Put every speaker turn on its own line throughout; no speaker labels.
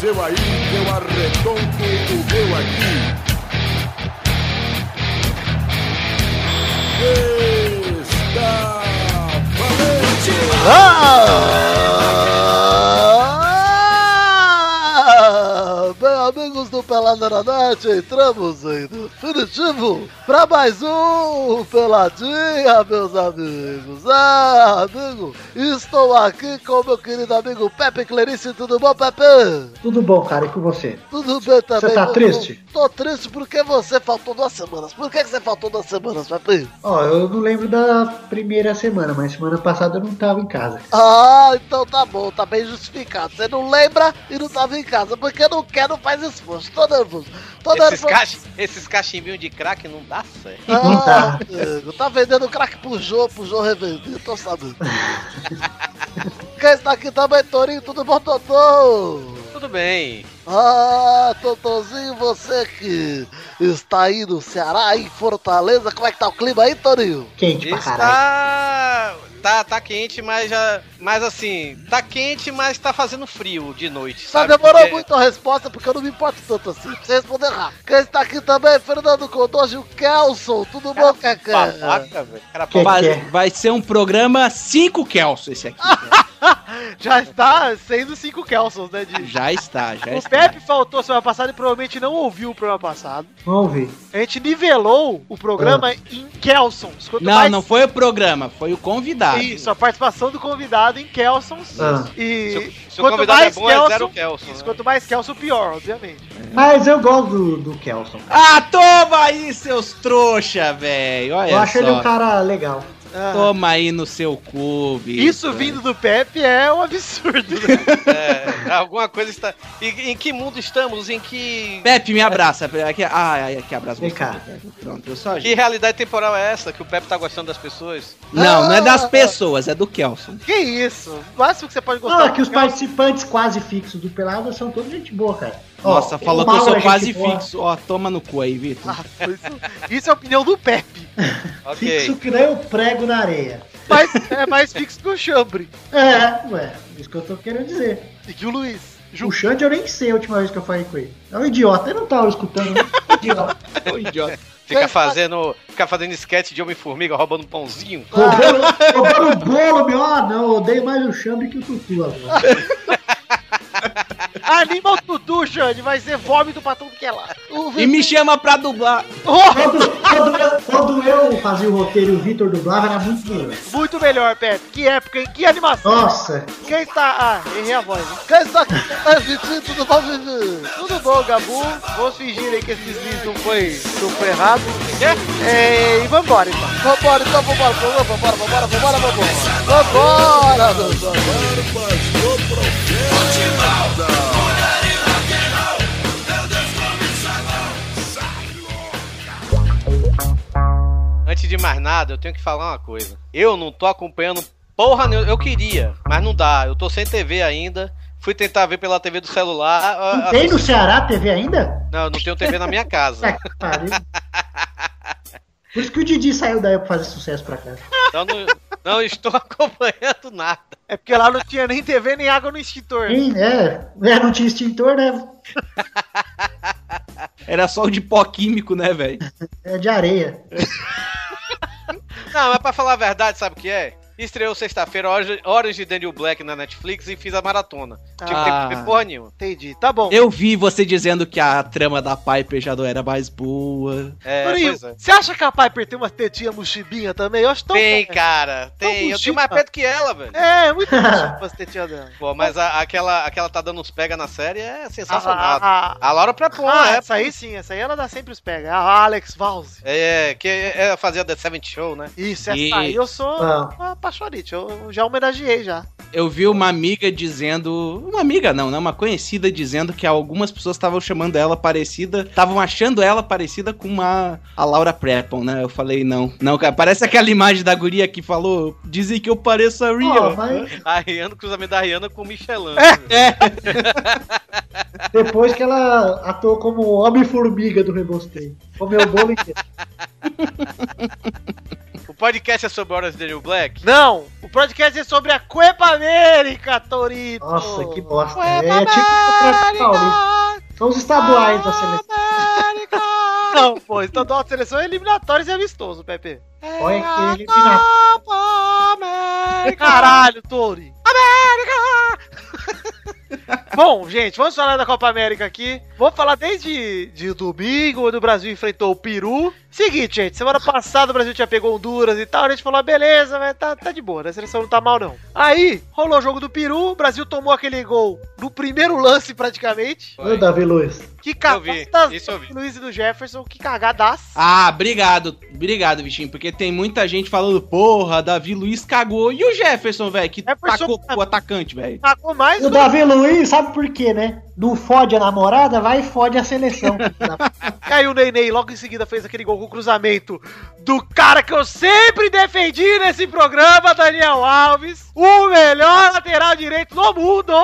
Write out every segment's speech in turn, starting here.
seu aí, eu arredonto o meu aqui. Está valente!
Ah! Bem, amigos do Pelada na Net, entramos em definitivo para mais um Peladinha, meus amigos. Ah, amigo, estou aqui com meu querido amigo Pepe Clarice. Tudo bom, Pepe?
Tudo bom, cara, e com você?
Tudo bem também?
tá
Eu- eu
triste?
Tô triste porque você faltou duas semanas. Por que, que você faltou duas semanas, Pepe?
Ó, eu não lembro da primeira semana, mas semana passada eu não tava em casa.
Ah, então tá bom, tá bem justificado. Você não lembra e não tava em casa, porque não quer, não faz esforço. Tô nervoso. Tô
Esses,
nervoso.
cach... Esses cachimbinhos de crack não dá certo.
Ah, Diego, tá vendendo crack pro Jô, pro Jô revender, tô sabendo. Quem está aqui também, Torinho? Tudo bom, Totô?
Tudo bem.
Ah, Totozinho, você que está aí no Ceará, em Fortaleza. Como é que tá o clima aí, Torinho?
Quente pra caralho.
Está. Tá, tá quente, mas já. Mas assim, tá quente, mas tá fazendo frio de noite.
Só
Sabe?
demorou
Porque-
muito a resposta, porque eu não me importo tanto assim. Pra você responder rápido. Quem está aqui também, Fernando Condojo, o Kelson. Tudo bom, Cacá?
Babaca, velho. Cara,
Que- é.
babaca.
Vai, vai ser um programa 5 Kelso esse aqui.
Já está sendo cinco Kelsons, né, de...
Já está,
É,
já
O
está.
Pepe faltou semana passada e provavelmente não ouviu o programa passado.
Vamos ver.
A gente nivelou o programa
Ah.
em Kelsons. Quanto
Não,
mais-
não foi o programa, foi o convidado.
Isso, a participação do convidado em Kelsons.
Ah.
E
Se o- se o
quanto
convidado é
mais
bom, é zero
Kelson,
Kelson.
isso,
né?
quanto mais Kelson, pior, obviamente.
Mas eu gosto do, do Kelson.
Ah, toma aí, seus trouxa, velho. Olha
Eu acho ele
só.
um cara legal.
Ah,
Toma aí no seu cu, bicho.
Isso vindo do Pepe é um absurdo. né?
É, alguma coisa está. E, em que mundo estamos? Em que.
Pepe, me abraça. Aqui, ah, ai, que abraço.
Vem cá.
Pronto, eu só...
Que realidade temporal é essa que o Pepe tá gostando das pessoas?
Não, não é das pessoas, é do Kelson.
que isso? O máximo que você pode gostar
Ah,
Não, é
do
que os
Kelson-
participantes quase fixos do Pelada são todos gente boa, cara. Ó,
Nossa,
o
falou que eu
Mauro é
sou
gente
quase
boa.
fixo. Ó, toma no cu aí, Vitor.
isso, isso é a opinião do Pepe.
Fixo
Ok.
que nem o prego na areia.
Mas é mais fixo que o Chambre
É, ué, isso que eu tô querendo dizer.
e que o Luiz.
O Xande eu nem sei a última vez que eu falei com ele. É um idiota, eu não tava escutando. né? idiota.
Ô, idiota.
Fica fazendo. Fica fazendo sketch de Homem-Formiga roubando pãozinho.
Roubando, roubando o bolo, meu. Ah, não, eu odeio mais o Xambi que o Tutu agora.
Anima o Tutu, Xande, vai ser vômito pra tudo que é lá. Oh,
O
E me chama pra dublar.
Quando, quando eu, quando eu fazia o roteiro e o Vitor dublava, era muito melhor.
Muito melhor, Pepe. Que época, hein? Que animação.
Nossa,
Quem está... Ah, errei a voz. hein?
Quem está aqui também, Vitinho? Ah, Tudo bom, Vitinho?
Tudo bom, Gabu. Vamos fingir aí que esse deslize não foi, não foi errado. É, e vambora, então.
Vambora, então, vambora, vambora, vambora, vambora, vambora, vambora. Vambora, vambora.
Antes de mais nada, eu tenho que falar uma coisa. Eu não tô acompanhando porra nenhuma. Eu queria, mas não dá. Eu tô sem TV ainda. Fui tentar ver pela TV do celular. a-
não
a-
tem no Ceará TV ainda?
Não, eu não tenho TV na minha
Tá
casa.
que pariu. Por isso que o Didi saiu daí pra fazer sucesso pra cá.
Então não, não estou acompanhando nada.
É porque lá não tinha nem TV nem água no extintor.
Sim, é, é, não tinha extintor, né?
Era só o de pó químico, né, velho?
É de areia.
Não, mas pra falar a verdade, sabe o que é? Estreou sexta-feira Orange- Orange de Daniel Black na Netflix e fiz a maratona. Tive
Ah.
tempo de ver porra nenhuma.
Entendi. Tá bom.
Eu vi você dizendo que a trama da Piper já não era mais boa.
É,
Torinho,
pois é.
você acha que a Piper tem uma tetinha mochibinha também? Eu acho tão
Tem,
bom.
cara. Tem. Eu tenho mais
bonita.
perto que ela, velho.
É, muito bonitinho umas tetinhas dela.
Pô, mas a- aquela, aquela tá dando uns pega na série é sensacional.
Ah, ah, ah.
A Laura Prepon,
Ah,
é,
essa aí sim, essa aí ela dá sempre os pega. A Alex Valse.
É, que é, fazia The Seventh Show, né?
Isso, essa
E-
aí eu sou
Ah.
uma apaixonite. Eu eu já homenageei já.
Eu vi uma amiga dizendo. Uma amiga não, né? Uma conhecida dizendo que algumas pessoas estavam chamando ela parecida. Estavam achando ela parecida com uma. A Laura Prepon, né? Eu falei, não. Não, cara. Parece aquela imagem da guria que falou. Dizem que eu pareço a Ria.
Ó, mas
A Rihanna, o cruzamento da Rihanna com Michelin.
depois que ela atuou como Homem-Formiga do Rebostei. Comeu o bolo inteiro.
O podcast é sobre Horas de New Black?
Não, o podcast é sobre a Cuepa América, Torito.
Nossa, que bosta. É tipo o Paulo. São os estaduais da seleção.
Não, pô, estadual de seleção é eliminatórios e amistoso, Pepe.
Olha que eliminatório.
Caralho, Tori. América! Bom, gente, vamos falar da Copa América aqui. Vamos falar desde de domingo, onde o Brasil enfrentou o Peru. Seguinte, gente, semana passada o Brasil já pegou Honduras e tal. A gente falou, ah, beleza, mas tá, tá de boa, né? a seleção não tá mal, não. Aí, rolou o jogo do Peru, o Brasil tomou aquele gol no primeiro lance, praticamente.
Ô, Davi Luiz.
Que
Eu vi,
cagada
isso eu vi.
do Luiz e do Jefferson, que cagadaço.
Ah, obrigado, obrigado, Vitinho, porque tem muita gente falando, porra, Davi Luiz cagou. E o Jefferson, velho, que
Jefferson
tacou
cagou.
o atacante, velho.
Cagou mais um
O
do
Davi Luiz, sabe por quê, né? Não fode a namorada, vai e fode a seleção.
Caiu o Neném, logo em seguida fez aquele gol com cruzamento do cara que eu sempre defendi nesse programa, Daniel Alves. O melhor lateral direito do mundo.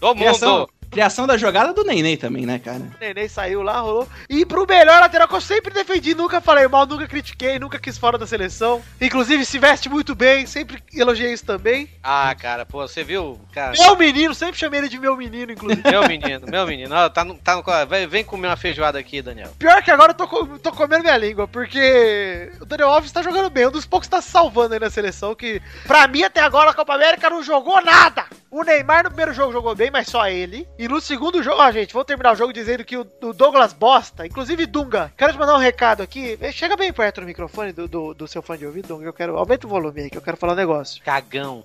Do
Criação,
mundo.
criação da jogada do Neném também, né, cara?
O Neném saiu lá, rolou. E pro melhor lateral que eu sempre defendi, nunca falei mal, nunca critiquei, nunca quis fora da seleção. Inclusive se veste muito bem, sempre elogiei isso também.
Ah, cara, pô, você viu? Cara,
Meu menino, sempre chamei ele de meu menino, inclusive.
meu menino, meu menino. Ó, tá no, tá no, vem, vem comer uma feijoada aqui, Daniel.
Pior que agora eu tô, co- tô comendo minha língua, porque o Daniel Alves tá jogando bem, um dos poucos que tá se salvando aí na seleção, que pra mim até agora a Copa América não jogou nada. O Neymar no primeiro jogo jogou bem, mas só ele. E no segundo jogo, ó, gente, vou terminar o jogo dizendo que o, o Douglas Bosta, inclusive Dunga, quero te mandar um recado aqui. Eh, Chega bem perto do microfone do, do, do seu fã de ouvido, Dunga, eu quero. Aumenta o volume aí que eu quero falar um negócio.
Cagão.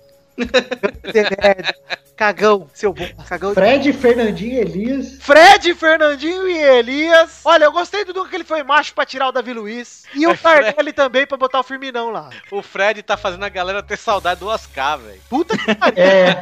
Cagão, seu bom, cagão de
Fred, Fernandinho, Elias.
Fred, Fernandinho e Elias. Olha, eu gostei do Dunga que ele foi macho pra tirar o Davi Luiz. E o Tardelli também pra botar o Firminão lá.
O Fred tá fazendo a galera ter saudade do Oscar, velho.
Puta que pariu.
É,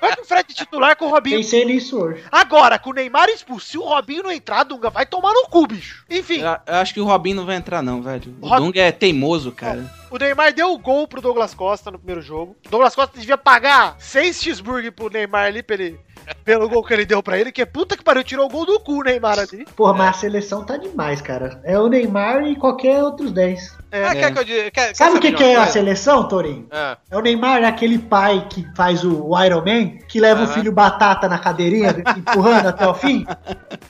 Vai com o Fred titular com o Robinho.
pensei nisso hoje.
Agora, com o Neymar expulso, se o Robinho não entrar, Dunga vai tomar no cu, bicho. Enfim,
Eu, eu acho que o Robinho não vai entrar, não, velho. O
Rob-
Dunga é teimoso, cara.
o Neymar deu o gol pro Douglas Costa no primeiro jogo. Douglas Costa devia pagar 6 cheeseburger pro Neymar ali pra ele- pelo gol que ele deu pra ele, que puta que pariu, tirou o gol do cu o Neymar ali.
Porra, mas a seleção tá demais, cara. É o Neymar e qualquer outros 10.
É, Quer que eu diga, quer- quer
Sabe o
saber
que,
de
que
uma
é a
coisa?
seleção, Torinho?
Ah,
É o Neymar, é aquele pai que faz o Iron Man, que leva o
Aham.
filho batata na cadeirinha, empurrando até o fim.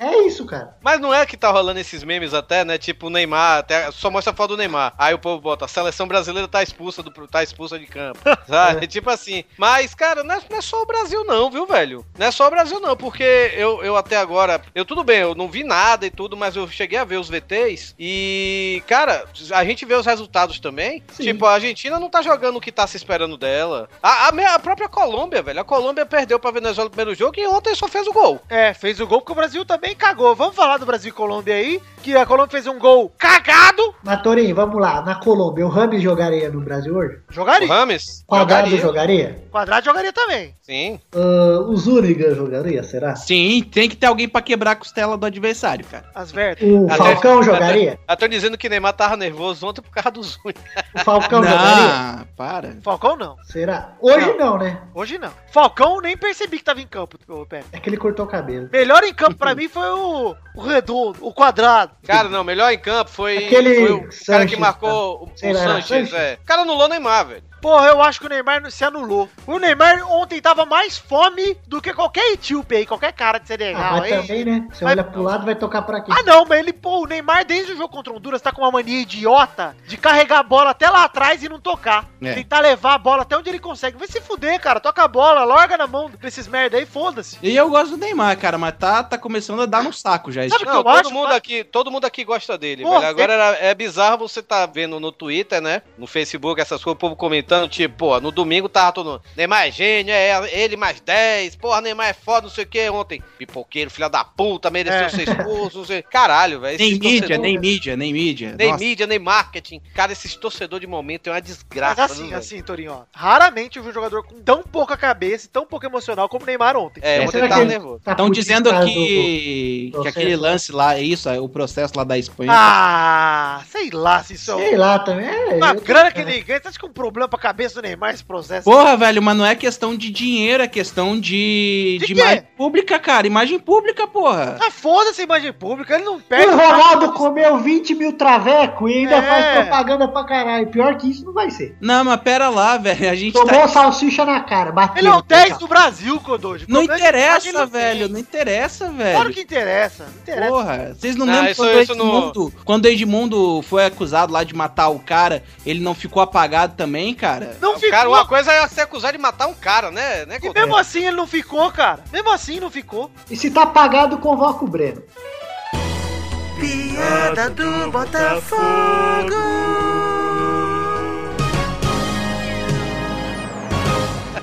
É isso, cara.
Mas não é que tá rolando esses memes até, né? Tipo o Neymar, até só mostra a foto do Neymar. Aí o povo bota, a seleção brasileira tá expulsa do tá expulsa de campo. Sabe? Tipo assim. Mas, cara, não é, não é só o Brasil não, viu, velho? Não é só o Brasil não, porque eu, eu até agora, eu tudo bem, eu não vi nada e tudo, mas eu cheguei a ver os VTs e, cara, a gente vê os resultados também.
Sim.
Tipo, a Argentina não tá jogando o que tá se esperando dela. A, a me- a própria Colômbia, velho, a Colômbia perdeu pra Venezuela no primeiro jogo e ontem só fez o gol.
É, fez o gol porque o Brasil também cagou. Vamos falar do Brasil e Colômbia aí, que a Colômbia fez um gol cagado.
Mas, Torinho, vamos lá. Na Colômbia, o Rames jogaria no Brasil hoje?
O
Jogaria.
Rames?
Quadrado
jogaria.
jogaria?
Quadrado jogaria também.
Sim.
Ah, o Zúriga jogaria, será?
Sim, tem que ter alguém pra quebrar a costela do adversário, cara.
As vertas.
O
Até-
Falcão jogaria?
Ah, tô dizendo que Neymar tava nervoso ontem por causa do Zuni.
O Falcão um jogaria?
Não, para.
Falcão não.
Será? Hoje não, né?
Hoje não. Falcão nem percebi que tava em campo, ô Pepe.
É que ele cortou o cabelo.
Melhor em campo pra mim foi o, o redondo, o quadrado.
Cara, não, melhor em campo foi,
Aquele
foi o cara que
Sanches,
marcou o, o
Sei lá, era
Sanches,
Sanches?
é. O cara anulou o Neymar, velho.
Porra, eu acho que o Neymar se anulou. O Neymar ontem tava mais fome do que qualquer etíope aí, qualquer cara de
Ah,
Senegal,
mas
hein?
também, né? Você
Mas-
olha pro lado, vai tocar pra quê?
Ah não, mas ele, pô, o Neymar desde o jogo contra o Honduras tá com uma mania idiota de carregar a bola até lá atrás e não tocar.
É.
Tentar levar a bola até onde ele consegue. Vai se fuder, cara. Toca a bola, larga na mão desses merda aí, foda-se.
E eu gosto do Neymar, cara, mas tá, tá começando a dar no saco já. esse
Sabe
tipo-
que eu
Não, todo
acho,
mundo
cara?
aqui, todo mundo aqui gosta dele,
Porra,
velho. Agora era- é bizarro você tá vendo no Twitter, né? No Facebook, essas coisas, o povo comentando, tipo, pô, no domingo tava todo mundo, Neymar é gênio, é ele mais 10, porra, Neymar é foda, não sei o que, ontem, pipoqueiro, filha da puta, mereceu
É. né?
ser expulso, não sei. Caralho, velho.
Nem
esses
mídia,
torcedores-
nem mídia, nem mídia.
Nem
Nossa.
mídia, nem marketing. Cara, esses torcedor de momento é uma desgraça.
Mas
né,
assim,
velho?
assim, Torinho, ó. Raramente eu vi um jogador com tão pouca cabeça e tão pouco emocional como o Neymar ontem.
É,
É,
ontem
será
tava
que-
nervoso.
Tá
Estão
fudido
dizendo
por causa
que,
do
que aquele
processo.
lance lá, é isso, é o processo lá da Espanha.
Ah, sei lá se
do-
isso é
Sei lá também. É,
uma
eu-
grana que ele ganha. Você acha que é um problema pra cabeça do Neymar esse processo.
Porra, velho, mas não é questão de dinheiro, é questão de,
De
de
quê?
imagem pública, cara. Imagem pública, porra.
Ah, foda-se a imagem pública, ele não perde. tá
O Ronaldo comeu 20 mil traveco e ainda
É.
faz propaganda pra caralho. Pior que isso não vai ser.
Não, mas pera lá, velho. A gente
Tomou
tá.
salsicha na cara, bateu.
Ele é o 10 do Brasil, Kodoji.
Não
Problema é que ele
interessa,
não
velho.
tem.
Não interessa,
Claro
velho.
que interessa. Não interessa.
Porra, vocês não,
Não,
lembram
isso-
quando, o
isso não-
Edmundo, quando o Edmundo foi acusado lá de matar o cara, ele não ficou apagado também, cara?
Não
O
ficou.
Cara, uma coisa é ser acusado de matar um cara, né? né
E
Godô?
mesmo assim ele não ficou, cara. Mesmo assim não ficou.
E se tá pagado, convoca o Breno.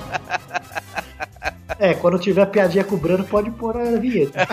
Piada do Botafogo. É, quando tiver piadinha com o Breno, pode pôr a vinheta.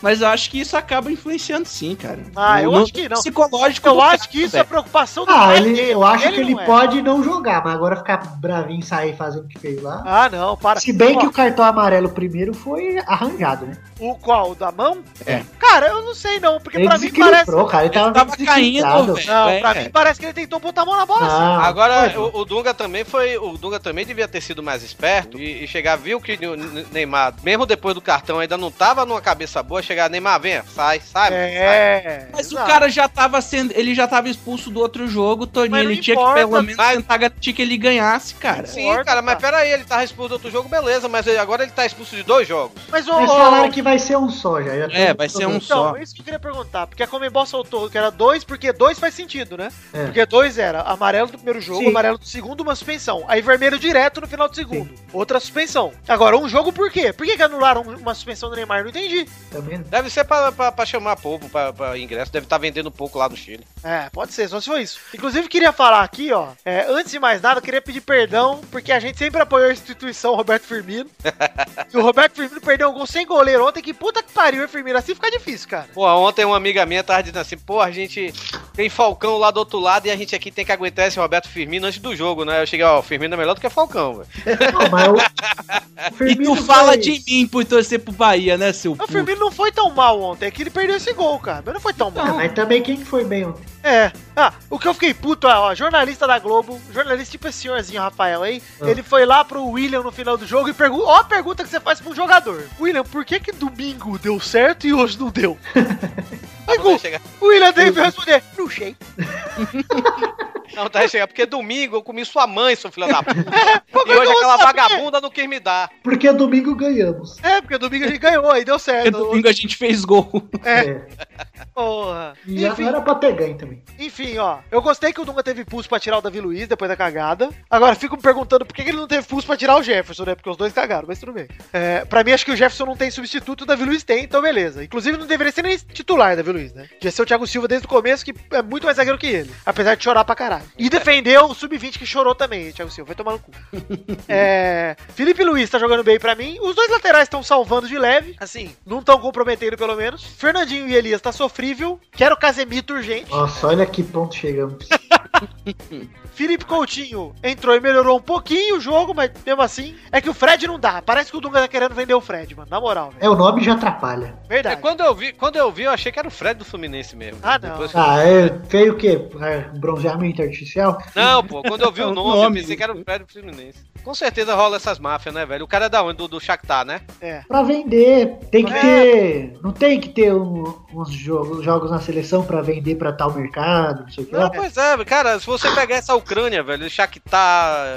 Mas eu acho que isso acaba influenciando sim, cara.
Ah, eu
No- no
acho que não.
Psicológico
Eu
do
acho
cara,
que isso é
velho.
preocupação do
Ah,
pai
ele,
dele,
eu acho que ele
não é.
pode não jogar, mas agora ficar bravinho e sair fazendo o que fez lá.
Ah, não, para.
Se bem
Ó,
que o cartão amarelo primeiro foi arranjado, né?
O qual? O da mão?
É.
Cara, eu não sei não, porque
Ele
pra mim parece.
desequilibrou, cara. Ele tava,
tava caindo,
desequilibrado.
velho.
Não,
É.
pra mim parece que ele tentou botar a mão na bola. assim.
Não,
Agora,
foi,
o, o Dunga também foi. O Dunga também devia ter sido mais esperto e, e chegar, viu que o Ne- Neymar, mesmo depois do cartão, ainda não tava numa cabeça boa, chegar, Neymar, venha, sai, sai. sai.
É.
Mas o
exato.
cara já tava sendo. Ele já tava expulso do outro jogo, Toninho.
Mas não
Ele tinha
importa,
que pelo menos
mas-
tentar garantir que ele ganhasse, cara.
Sim,
Concordo,
cara, mas
cara.
peraí, ele tava expulso do outro jogo, beleza, mas ele- agora ele tá expulso de dois jogos.
Mas o.
Mas falaram que vai ser um só já. já
É,
tô-
vai
tô
ser um
vendo.
só.
Então, isso que eu queria perguntar, porque a Comembol soltou que era dois, porque dois faz sentido, né?
É.
Porque dois era amarelo do primeiro jogo,
Sim.
amarelo do segundo, uma suspensão. Aí vermelho direto no final do segundo, outra suspensão. Agora, um jogo por quê? Por que, que anularam uma suspensão do Neymar? Eu Não entendi.
Também né? não.
Deve ser pra, pra, pra chamar povo, pra, pra ingresso, deve estar vendendo pouco lá no Chile.
É, pode ser, só se foi isso. Inclusive, queria falar aqui, ó. é, antes de mais nada, eu queria pedir perdão, porque a gente sempre apoiou a instituição Roberto Firmino. e o Roberto Firmino perdeu um gol sem goleiro ontem, que puta que pariu, hein, Firmino? Assim fica difícil, cara.
Pô, ontem uma amiga minha tava dizendo assim, pô, a gente tem Falcão lá do outro lado e a gente aqui tem que aguentar esse Roberto Firmino antes do jogo, né? Eu cheguei, ó, o Firmino é melhor do que o Falcão, velho.
Não, mas o, o
E
Firmino
tu fala
foi-
de mim por torcer pro Bahia, né, seu
O
puto?
Firmino não foi tão mal ontem, é que ele perdeu esse gol, cara. Mas não foi tão mal.
Ah, mas também quem que foi bem ontem?
É. Ah, o que eu fiquei puto é, ó, jornalista da Globo, jornalista tipo esse senhorzinho Rafael aí,
Ah.
ele foi lá pro William no final do jogo e perguntou, ó a pergunta que você faz pro jogador. William, por que que domingo deu certo e hoje não deu? aí
Não,
o
chegar,
o William deve responder, não sei.
não tá chegar, porque domingo eu comi sua mãe, seu filho da puta.
Como
E
é que eu
hoje
vou
aquela
saber?
vagabunda não quis me dar. É,
Porque domingo ganhamos.
É, porque domingo a gente ganhou, aí deu
Porque
certo.
domingo a gente fez gol.
É.
É.
Porra.
E
Enfim,
era pra ter ganho também.
enfim, ó. Eu gostei que o Dunga teve pulso pra tirar o Davi Luiz depois da cagada. Agora, fico me perguntando por que que ele não teve pulso pra tirar o Jefferson, né? Porque os dois cagaram, mas tudo bem. É, pra mim, acho que o Jefferson não tem substituto, o Davi Luiz tem, então beleza. Inclusive, não deveria ser nem titular, Davi Luiz, né? Devia ser o Thiago Silva desde o começo, que é muito mais zagueiro que ele. Apesar de chorar pra caralho. E defendeu o Sub-20, que chorou também, Thiago Silva. Vai tomar no cu. É, Felipe Luiz tá jogando bem pra mim. Os dois laterais estão salvando de leve. Assim, não tão comprometendo, pelo menos. Fernandinho e Elias tá sofrível. Quero Casemiro urgente.
Nossa, olha que ponto chegamos.
Felipe Coutinho entrou e melhorou um pouquinho o jogo, mas mesmo assim. É que o Fred não dá. Parece que o Dunga tá querendo vender o Fred, mano. Na moral, velho.
É, o nome já atrapalha.
É,
Verdade.
quando, eu vi, quando eu vi, eu achei que era o Fred do Fluminense mesmo.
Ah, não.
Depois que-
Ah, é, veio o quê? É, Bronzeamento artificial?
Não, pô, quando eu vi o
O
nome,
nome.
eu pensei que era o Fred do Fluminense. Com certeza rola essas máfias, né, velho? O cara é da onde? Do, do Shakhtar, né?
É.
Pra vender. Tem que
É.
ter. Não tem que ter um- uns jogos, jogos na seleção pra vender pra tal mercado, não sei o que
Não,
lá.
pois é, cara, se você pegar essa Ucrânia, velho, Shakhtar,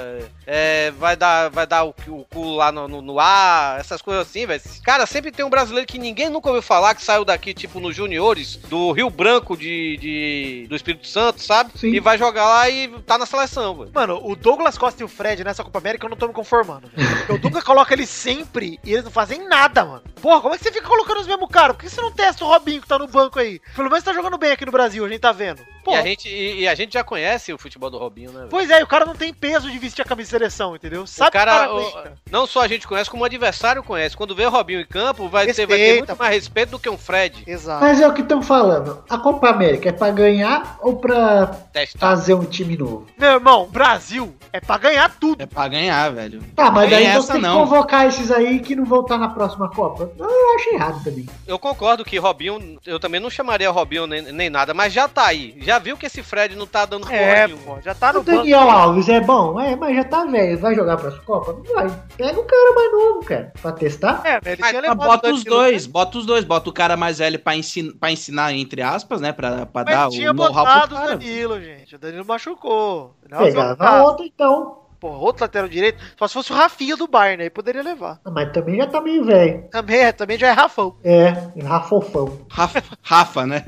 é, vai dar, vai dar o, o cu lá no, no- no ar, essas coisas assim, velho. Cara, sempre tem um brasileiro que ninguém nunca ouviu falar, que saiu daqui, tipo, nos juniores, do Rio Branco de, de- do Espírito Santo, sabe?
Sim.
E vai jogar lá e tá na seleção, velho.
Mano, o Douglas Costa e o Fred nessa Copa América eu não tô me conformando. velho. Porque o Dunga coloca eles sempre e eles não fazem nada, mano. Porra, como é que você fica colocando os mesmos caras? Por que você não testa o Robinho que tá no banco aí? Pelo menos tá jogando bem aqui no Brasil, a gente tá vendo.
E a,
Porra.
gente, e, e a gente já conhece o futebol do Robinho, né, velho?
Pois é, e o cara não tem peso de vestir a camisa de seleção, entendeu? Sabe
o cara, o-
aguenta.
não só a gente conhece, como o adversário conhece. Quando vê o Robinho em campo, vai, ter, vai ter
Respeita,
muito mais respeito do que um Fred.
Exato.
Mas é o que estão falando. A Copa América é pra ganhar ou pra
Testar.
fazer um time novo?
Meu irmão, Brasil é pra ganhar tudo.
É pra ganhar, velho.
Tá, mas
Tem
daí então
essa,
tem que
não.
convocar esses aí que não vão estar na próxima Copa. Eu acho errado também.
Eu concordo que Robinho, eu também não chamaria Robinho nem, nem nada, mas já tá aí. Já Já viu que esse Fred não tá dando
É,
nenhuma.
pô, já tá no
O
banco.
Daniel Alves é bom, é, mas já tá velho. Vai jogar pra Copa? Não vai. Pega um cara mais novo, cara, pra testar.
É, mas ele
Mas
tinha
Ah,
levado
bota
o
os
Dante Luiz,
dois, bota os dois, bota o cara mais velho pra, ensin pra ensinar, entre aspas, né? Pra, pra
Mas
dar
tinha
o know-how
botado
pro
o
cara.
Danilo, gente. O Danilo machucou. Não,
Pegava outro, então.
Porra, outro lateral direito. Só se fosse o Rafinha do Bayern, aí poderia levar.
Mas também já tá meio velho.
Também, é, também já é Rafão.
É, Rafofão.
Rafa, Rafa, né?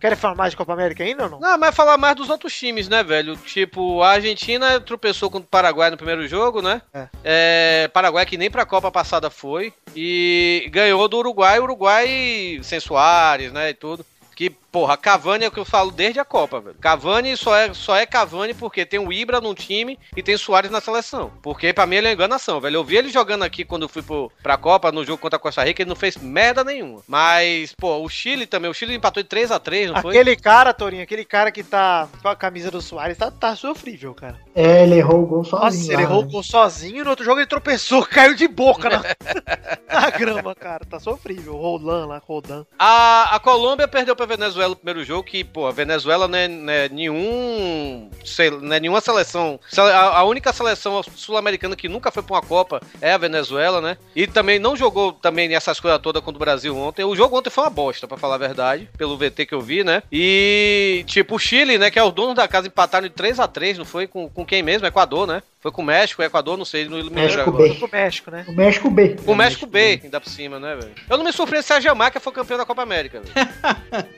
Querem falar mais de Copa América ainda ou não?
Não, mas falar mais dos outros times, né, velho? Tipo, a Argentina tropeçou contra o Paraguai no primeiro jogo, né?
É.
É, Paraguai que nem pra Copa passada foi. E ganhou do Uruguai, Uruguai sem Soares, né? E tudo. Que, porra, Cavani é o que eu falo desde a Copa, velho. Cavani só é, só é Cavani porque tem o Ibra num time e tem Soares na seleção. Porque pra mim ele é enganação, velho. Eu vi ele jogando aqui quando eu fui pro, pra Copa, no jogo contra a Costa Rica, ele não fez merda nenhuma. Mas, pô, o Chile também. O Chile empatou de 3x3, não foi?
Aquele cara, Torinho, aquele cara que tá com a camisa do Soares, tá, tá sofrível, cara.
É, ele errou o gol
Nossa,
sozinho.
ele
lá,
errou o
né?
gol sozinho, no outro jogo ele tropeçou, caiu de boca na, na grama, cara. Tá sofrível. O Roland lá, Rodan.
A, a Colômbia perdeu pra Venezuela no primeiro jogo, que, pô, a Venezuela não é, não é nenhum. Sei, não é nenhuma seleção. Se- A, a única seleção sul-americana que nunca foi pra uma Copa é a Venezuela, né? E também não jogou também essas coisas todas contra o Brasil ontem. O jogo ontem foi uma bosta, pra falar a verdade, pelo VT que eu vi, né? E, tipo, o Chile, né, que é o dono da casa, empataram de 3 a 3 não foi? Com, com quem mesmo? Equador, né? Foi com o México, Equador, não sei, não me lembro
México
agora.
B.
Foi pro México, né?
né? O México B.
Com o México B, ainda por cima, né, velho? Eu não me surpreendo se a Jamaica foi campeã da Copa América, velho.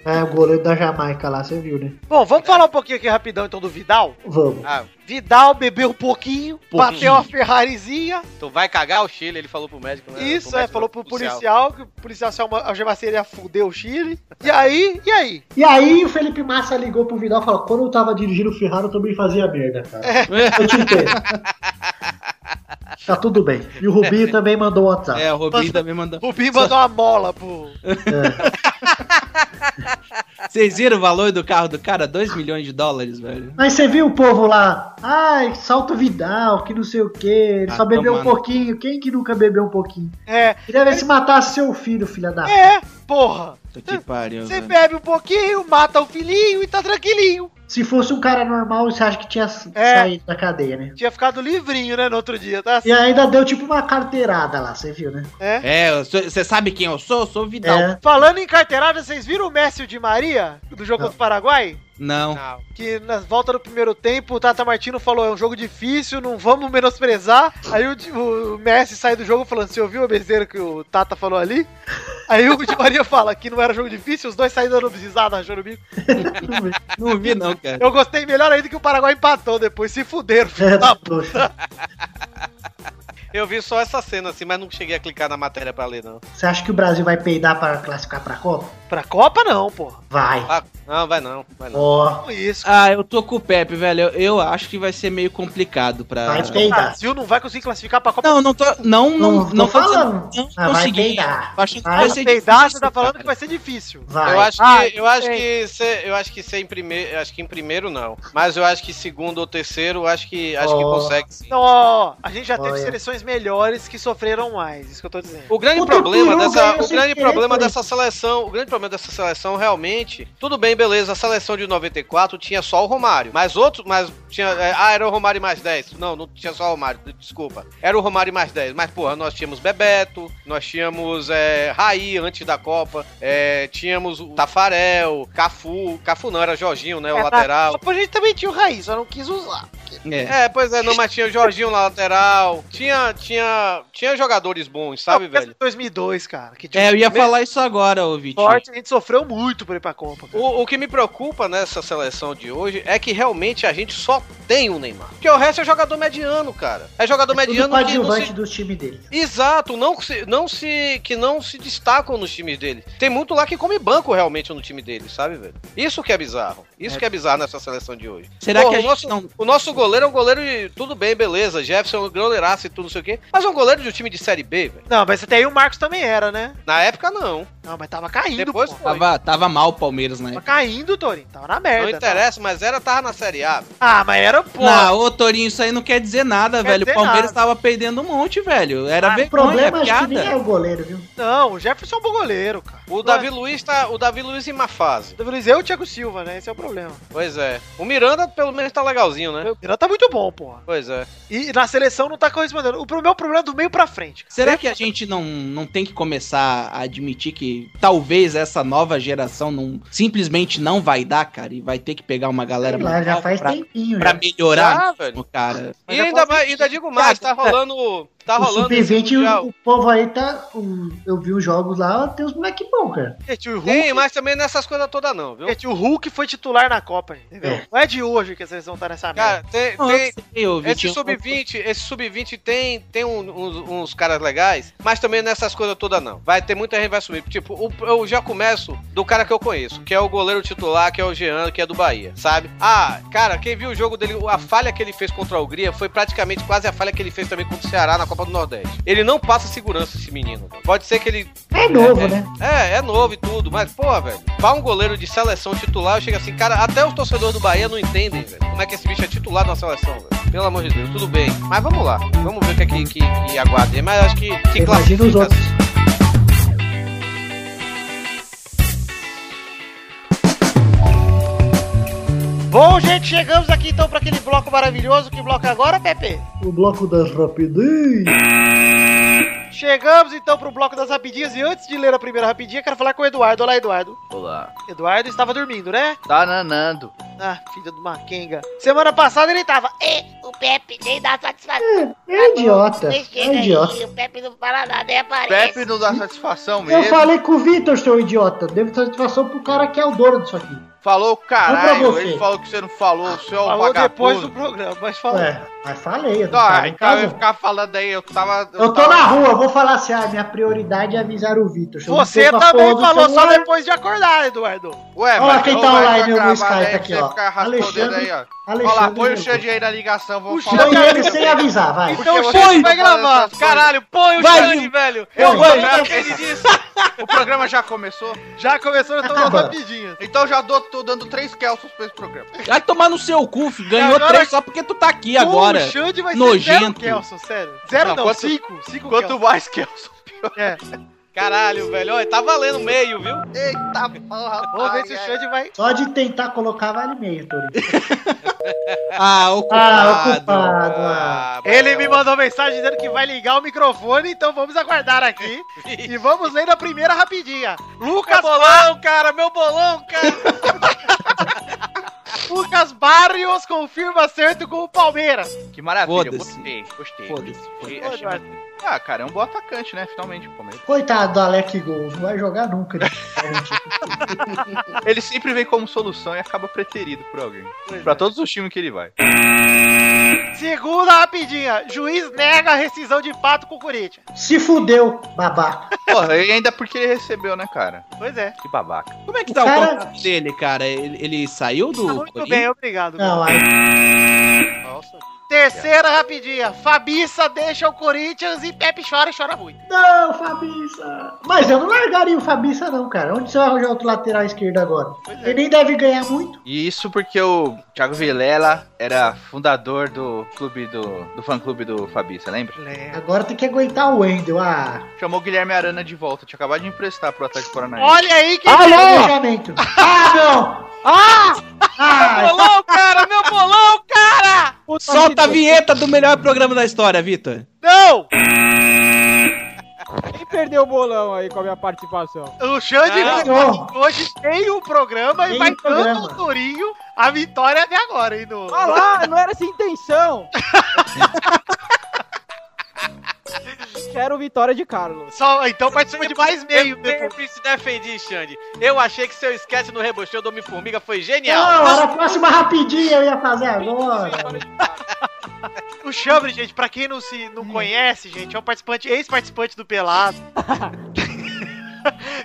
É, o goleiro da Jamaica lá, você viu, né?
Bom, vamos falar um pouquinho aqui rapidão então do Vidal.
Vamos.
Ah,
Vidal bebeu um pouquinho,
Pouquinho.
bateu uma Ferrarizinha.
Tu vai cagar o Chile, ele falou pro médico, né?
isso, é,
médico,
falou pro policial, que o policial saiu uma algebaceira fudeu o Chile. E aí, e aí?
E aí o Felipe Massa ligou pro Vidal e falou: quando eu tava dirigindo o Ferrari, eu também fazia merda, cara.
É.
Eu te entendo. tá tudo bem. E o Rubinho também mandou um WhatsApp.
É, o Robinho também mandou.
O Bim mandou uma mola pro.
Vocês viram o valor do carro do cara? 2 milhões de dólares, velho.
Mas você viu o povo lá? Ai, salta o Vidal, que não sei o quê. Ele
Ah,
só bebeu
tomando.
um pouquinho. Quem que nunca bebeu um pouquinho?
É,
Queria ver se matasse seu filho, filha da.
é, porra.
Puta Que pariu,
Você
velho.
bebe um pouquinho, mata o filhinho e tá tranquilinho.
Se fosse um cara normal, você acha que tinha s-
É.
saído da cadeia, né?
Tinha ficado livrinho, né, no outro dia, tá?
E ainda deu tipo uma carteirada lá, você viu, né?
É.
É, você sabe quem eu sou? Eu sou o Vidal.
É.
Falando em carteirada, vocês viram o Messi e o Di Maria do jogo contra o Paraguai?
Não.
Não.
Que na volta do primeiro tempo, o Tata Martino falou: é um jogo difícil, não vamos menosprezar. Aí o, Di- o Messi sai do jogo falando: você ouviu a besteira que o Tata falou ali? Aí o Di Maria fala que não era jogo difícil, os dois saíram dando bizada, rachando o bico. Ah.
Não vi, não, cara.
Eu gostei melhor ainda que o Paraguai empatou depois, se fuderam.
É,
filho da p***.
poxa.
Eu vi só essa cena assim, mas não cheguei a clicar na matéria pra ler, não.
Você acha que o Brasil vai peidar pra classificar pra Copa?
Pra Copa, não, porra.
Vai.
Ah, não, vai não, vai não.
Ó,
Com Isso.
Ah, eu tô com o Pepe, velho. Eu, eu acho que vai ser meio complicado pra.
vai
O
peidar.
Brasil não vai conseguir classificar pra Copa.
Não, não tô. Não, não,
Não,
não,
tô
tô
falando.
dizendo- Não
Ah, vai
consegui.
peidar.
Tô achando que
Vai
vai ser
Peidar,
difícil,
você tá falando
cara.
que vai ser difícil.
Vai.
Eu acho
Ah,
que eu acho
sei.
que ser, eu acho que ser em primeiro, acho que em primeiro não, mas eu acho que segundo ou terceiro, eu acho que acho que
Oh.
consegue sim.
Não, Então, ó, ó, a gente já teve
Olha.
seleções melhores que sofreram mais, isso que eu tô dizendo.
O grande
O
problema
Tupiru
dessa,
ganhou
o
sem
grande
querer,
problema
foi.
dessa seleção, o grande problema dessa seleção realmente, tudo bem, beleza, a seleção de 94 tinha só o Romário, mas outros, mas tinha, é, ah, era o Romário mais 10. Não, não tinha só o Romário, desculpa. Era o Romário mais 10, mas porra, nós tínhamos Bebeto, nós tínhamos é, Raí antes da Copa, é, tínhamos o Tafarel, Cafu, Cafu não era Jorginho, né, o
É,
lateral.
Mas a gente também tinha o Raiz, só não quis usar.
É.
É, pois é, não, mas tinha o Jorginho na lateral. Tinha, tinha, tinha jogadores bons, sabe,
Não, mesmo
velho?
em 2002, cara, que tinha
É, eu ia
mesmo
falar isso agora, ô Vitinho.
sorte, a gente sofreu muito pra ir pra Copa. cara.
O, o que me preocupa nessa seleção de hoje é que realmente a gente só tem o Neymar. Porque o resto é jogador mediano, cara. É jogador
É tudo
mediano que não
coadjuvante
se...
do time dele.
Exato, não se, não se, que não se destacam nos times dele. Tem muito lá que come banco realmente no time dele, sabe, velho? Isso que é bizarro. Isso que é bizarro nessa seleção de hoje.
Será
Pô,
que a
o
gente
nosso,
não.
o nosso goleiro é um goleiro de tudo bem, beleza. Jefferson é um goleiraço e tudo, não sei o quê. Mas é um goleiro de um time de Série B, velho.
Não, mas até aí o Marcos também era, né?
Na época, não.
Não, mas tava caindo,
Depois
pô.
foi.
Tava, tava mal o Palmeiras,
Tava
né?
caindo, Torin, tava na
Não
merda.
interessa, mas era, tava na Série A.
tava- Ah, mas era, pô.
Não, ô Torinho, isso aí não quer dizer nada,
Quer
velho.
dizer
o Palmeiras
nada.
tava perdendo um monte, velho. Era
Ah,
vergonha,
O problema acho que nem
piada.
é o goleiro, viu?
Não, o Jefferson é um bom goleiro, cara.
O Davi Luiz tá. O Davi Luiz em má fase.
Davi Luiz é o Thiago Silva, né? Esse é o problema.
Pois é. O Miranda, pelo menos, tá legalzinho, né?
O Miranda tá muito bom, porra.
Pois é.
E na seleção não tá correspondendo. O pro- meu problema é do meio pra frente. cara.
Será que a gente não, não tem que começar a admitir que talvez essa nova geração não, simplesmente não vai dar, cara? E vai ter que pegar uma galera
Sei lá, já
pra,
faz
pra,
tempinho.
pra
já.
melhorar,
Ah, velho.
mesmo, cara.
E ainda, mais, ainda digo mais, tá rolando. Tá
O
rolando. esse
Sub-20,
mundial.
o, o povo aí tá. o- eu vi os jogos lá, tem uns moleque bom, cara.
Gente, o Hulk,
Tem, mas também nessas coisas todas, não, viu?
gente, o Hulk foi titular na Copa, entendeu?
É.
Não é de hoje que a seleção tá nessa
Cara,
merda.
tem.
Não,
tem
eu sei, ô,
esse
Vitinho.
sub-20, esse sub-20 tem, tem um- uns, uns caras legais, mas também nessas coisas todas não. Vai ter muita gente que vai subir. Tipo, o- eu já começo do cara que eu conheço, que é o goleiro titular, que é o Jean, que é do Bahia, sabe? Ah, cara, quem viu o jogo dele, a falha que ele fez contra a Hungria foi praticamente quase a falha que ele fez também contra o Ceará na Copa do Nordeste. Ele não passa segurança esse menino. Pode ser que ele
É novo,
é,
né?
É, é novo e tudo, mas, porra, velho, pra um goleiro de seleção titular, chega assim, cara, até os torcedores do Bahia não entendem, velho, como é que esse bicho é titular na seleção, velho. Pelo amor de Deus, tudo bem. Mas vamos lá, vamos ver o que é que, que, que aguarda aí, mas acho que se
Imagina os
classifica.
outros.
Bom, gente, chegamos aqui então pra aquele bloco maravilhoso. Que bloco é agora, Pepe?
O bloco das rapidez.
Chegamos então pro bloco das rapidinhas. E antes de ler a primeira rapidinha, quero falar com o Eduardo. Olá, Eduardo.
Olá.
Eduardo estava dormindo, né?
Tá nanando.
Ah, filha do Maquenga. Semana passada ele tava.
E o Pepe nem dá satisfação.
É idiota.
Você
É
chega aí,
idiota.
o Pepe não fala nada,
né,
é parece.
Pepe não dá satisfação
Eu
mesmo.
falei com o Vitor, seu idiota. Devo satisfação pro cara que é o dono disso aqui.
Falou
Não
caralho.
pra você.
Ele falou que você não falou, seu
Falou depois do
vagabundo.
programa, mas falou.
Ué, É, mas falei. Eu, não
Tá,
tava Ah, em
então eu ia
casa.
ficar falando aí, eu tava.
Eu tô
tava-
na rua, eu vou falar assim, ah, minha prioridade é avisar o Vitor. Se eu não
Você
tô com a porra
também
do
falou só
celular,
depois de acordar, Eduardo.
Ué,
Olha
mas
quem
eu
tá
vou
online
gravar
no Skype
aí,
aqui,
você
ó.
ficar respondendo
Alexandre-
aí, ó.
Alexandre
Olha lá, põe o
Neco.
Xande aí na ligação, vamos
O
falar.
Põe ele sem avisar, vai.
Por
Então
que
o
você
Xande
tá
vai
falando
gravar.
essas coisas?
Caralho, põe o
Vai,
Xande, velho.
Eu vou,
Já que ele disse. O programa já começou, Tá
Já começou, então
Acaba.
nas rapidinhas.
então já dou, tô dando três Kelsos pra esse programa.
Vai tomar no seu cu, filho. ganhou
Agora-
três só porque tu tá aqui agora.
O Xande vai ser zero
Nojento.
Kelson, sério. Zero não,
Não, quanto-
cinco. Cinco
Quanto mais Kelson.
Caralho, velho, olha, tá valendo meio, viu?
Eita porra.
Kelson. Vamos ver se o Xande vai...
Só de tentar colocar vale meio, Torinho.
Ah,
Ah,
ocupado.
ocupado. ah.
Ah,
Ele me
mano.
mandou mensagem dizendo que vai ligar o microfone, então vamos aguardar aqui. e vamos ler a primeira rapidinha.
Meu
Lucas,
bolão, cara, meu bolão, cara.
Lucas Barrios confirma acerto com o Palmeiras.
Que maravilha,
Foda-se.
gostei, gostei.
Foda-se.
Achei-
Pô,
achei-
Eduardo,
Ah, cara, é um bom atacante, né? Finalmente, o Palmeiras.
Coitado do Alec Gol, não vai jogar nunca. né?
Ah.
Ele sempre vem como solução e acaba preterido por alguém.
É.
Pra todos os times que ele vai.
Segunda rapidinha. Juiz nega a rescisão de pato com o Corinthians.
Se fudeu, babaca.
Porra, e ainda porque ele recebeu, né, cara?
Pois é.
Que babaca.
Como é que tá o
Cara-
contrato dele, cara? Ele, ele saiu do.
Tá muito
Corinthians?
bem, obrigado.
Não, aí
Nossa.
Terceira rapidinha. Fabiça deixa o Corinthians e Pepe chora e chora muito.
Não, Fabiça! Mas eu não largaria o Fabiça, não, cara. Onde você vai arranjar outro lateral esquerdo agora?
é.
Ele nem deve ganhar muito.
E isso porque o Thiago Vilela era fundador do clube do, do fã clube do Fabi, você lembra?
Agora tem que aguentar o Wendel. Ah,
Chamou o Guilherme Arana de volta, tinha acabado de emprestar pro Atlético Paranaense.
Olha aí que.
planejamento. Ah, não! Ah! Ah!
bolão, cara! Meu bolão, cara!
Solta a vinheta do melhor programa da história, Vitor.
Não!
Quem perdeu o bolão aí com a minha participação? Ah,
O Xande
Não.
Não.
hoje tem o programa e
Tem
um
vai
o programa.
dando o Torinho a vitória até agora, hein, no...
Ah lá, não era essa a intenção! Quero vitória de Carlos.
Só, então participa de mais meio.
Eu sempre se defendi, Xande. Eu achei que seu esquete no Rebocheu do Homem-Formiga foi genial.
Não, era a próxima rapidinha eu ia fazer agora.
O Chambre, gente, pra quem não se não conhece, gente, é um participante, ex-participante do Pelado.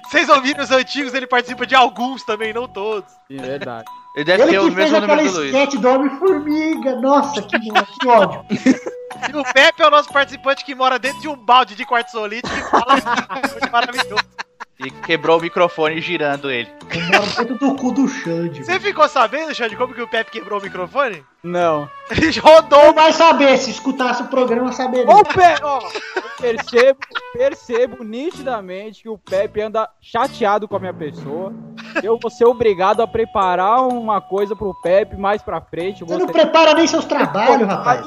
Vocês ouviram os antigos, ele participa de alguns também, não todos.
É verdade.
Ele deve
Ele
ter o
que fez
mesmo
aquela
número do Luiz.
esquete do Homem-Formiga. Nossa, que, que ódio.
E o Pepe é o nosso participante que mora dentro de um balde de quartzolite que fala assim, maravilhoso.
E quebrou o microfone girando ele.
Mora dentro do cu do Xande.
Você ficou sabendo, Xande, como que o Pepe quebrou o microfone?
Não.
Ele rodou.
Não vai saber, se escutasse o programa, saberia.
Ô, Pepe! Ó, eu percebo, percebo nitidamente que o Pepe anda chateado com a minha pessoa. Eu vou ser obrigado a preparar uma coisa pro Pepe mais pra frente. Eu
Você
vou
não
ter-
prepara nem seus trabalhos, rapaz.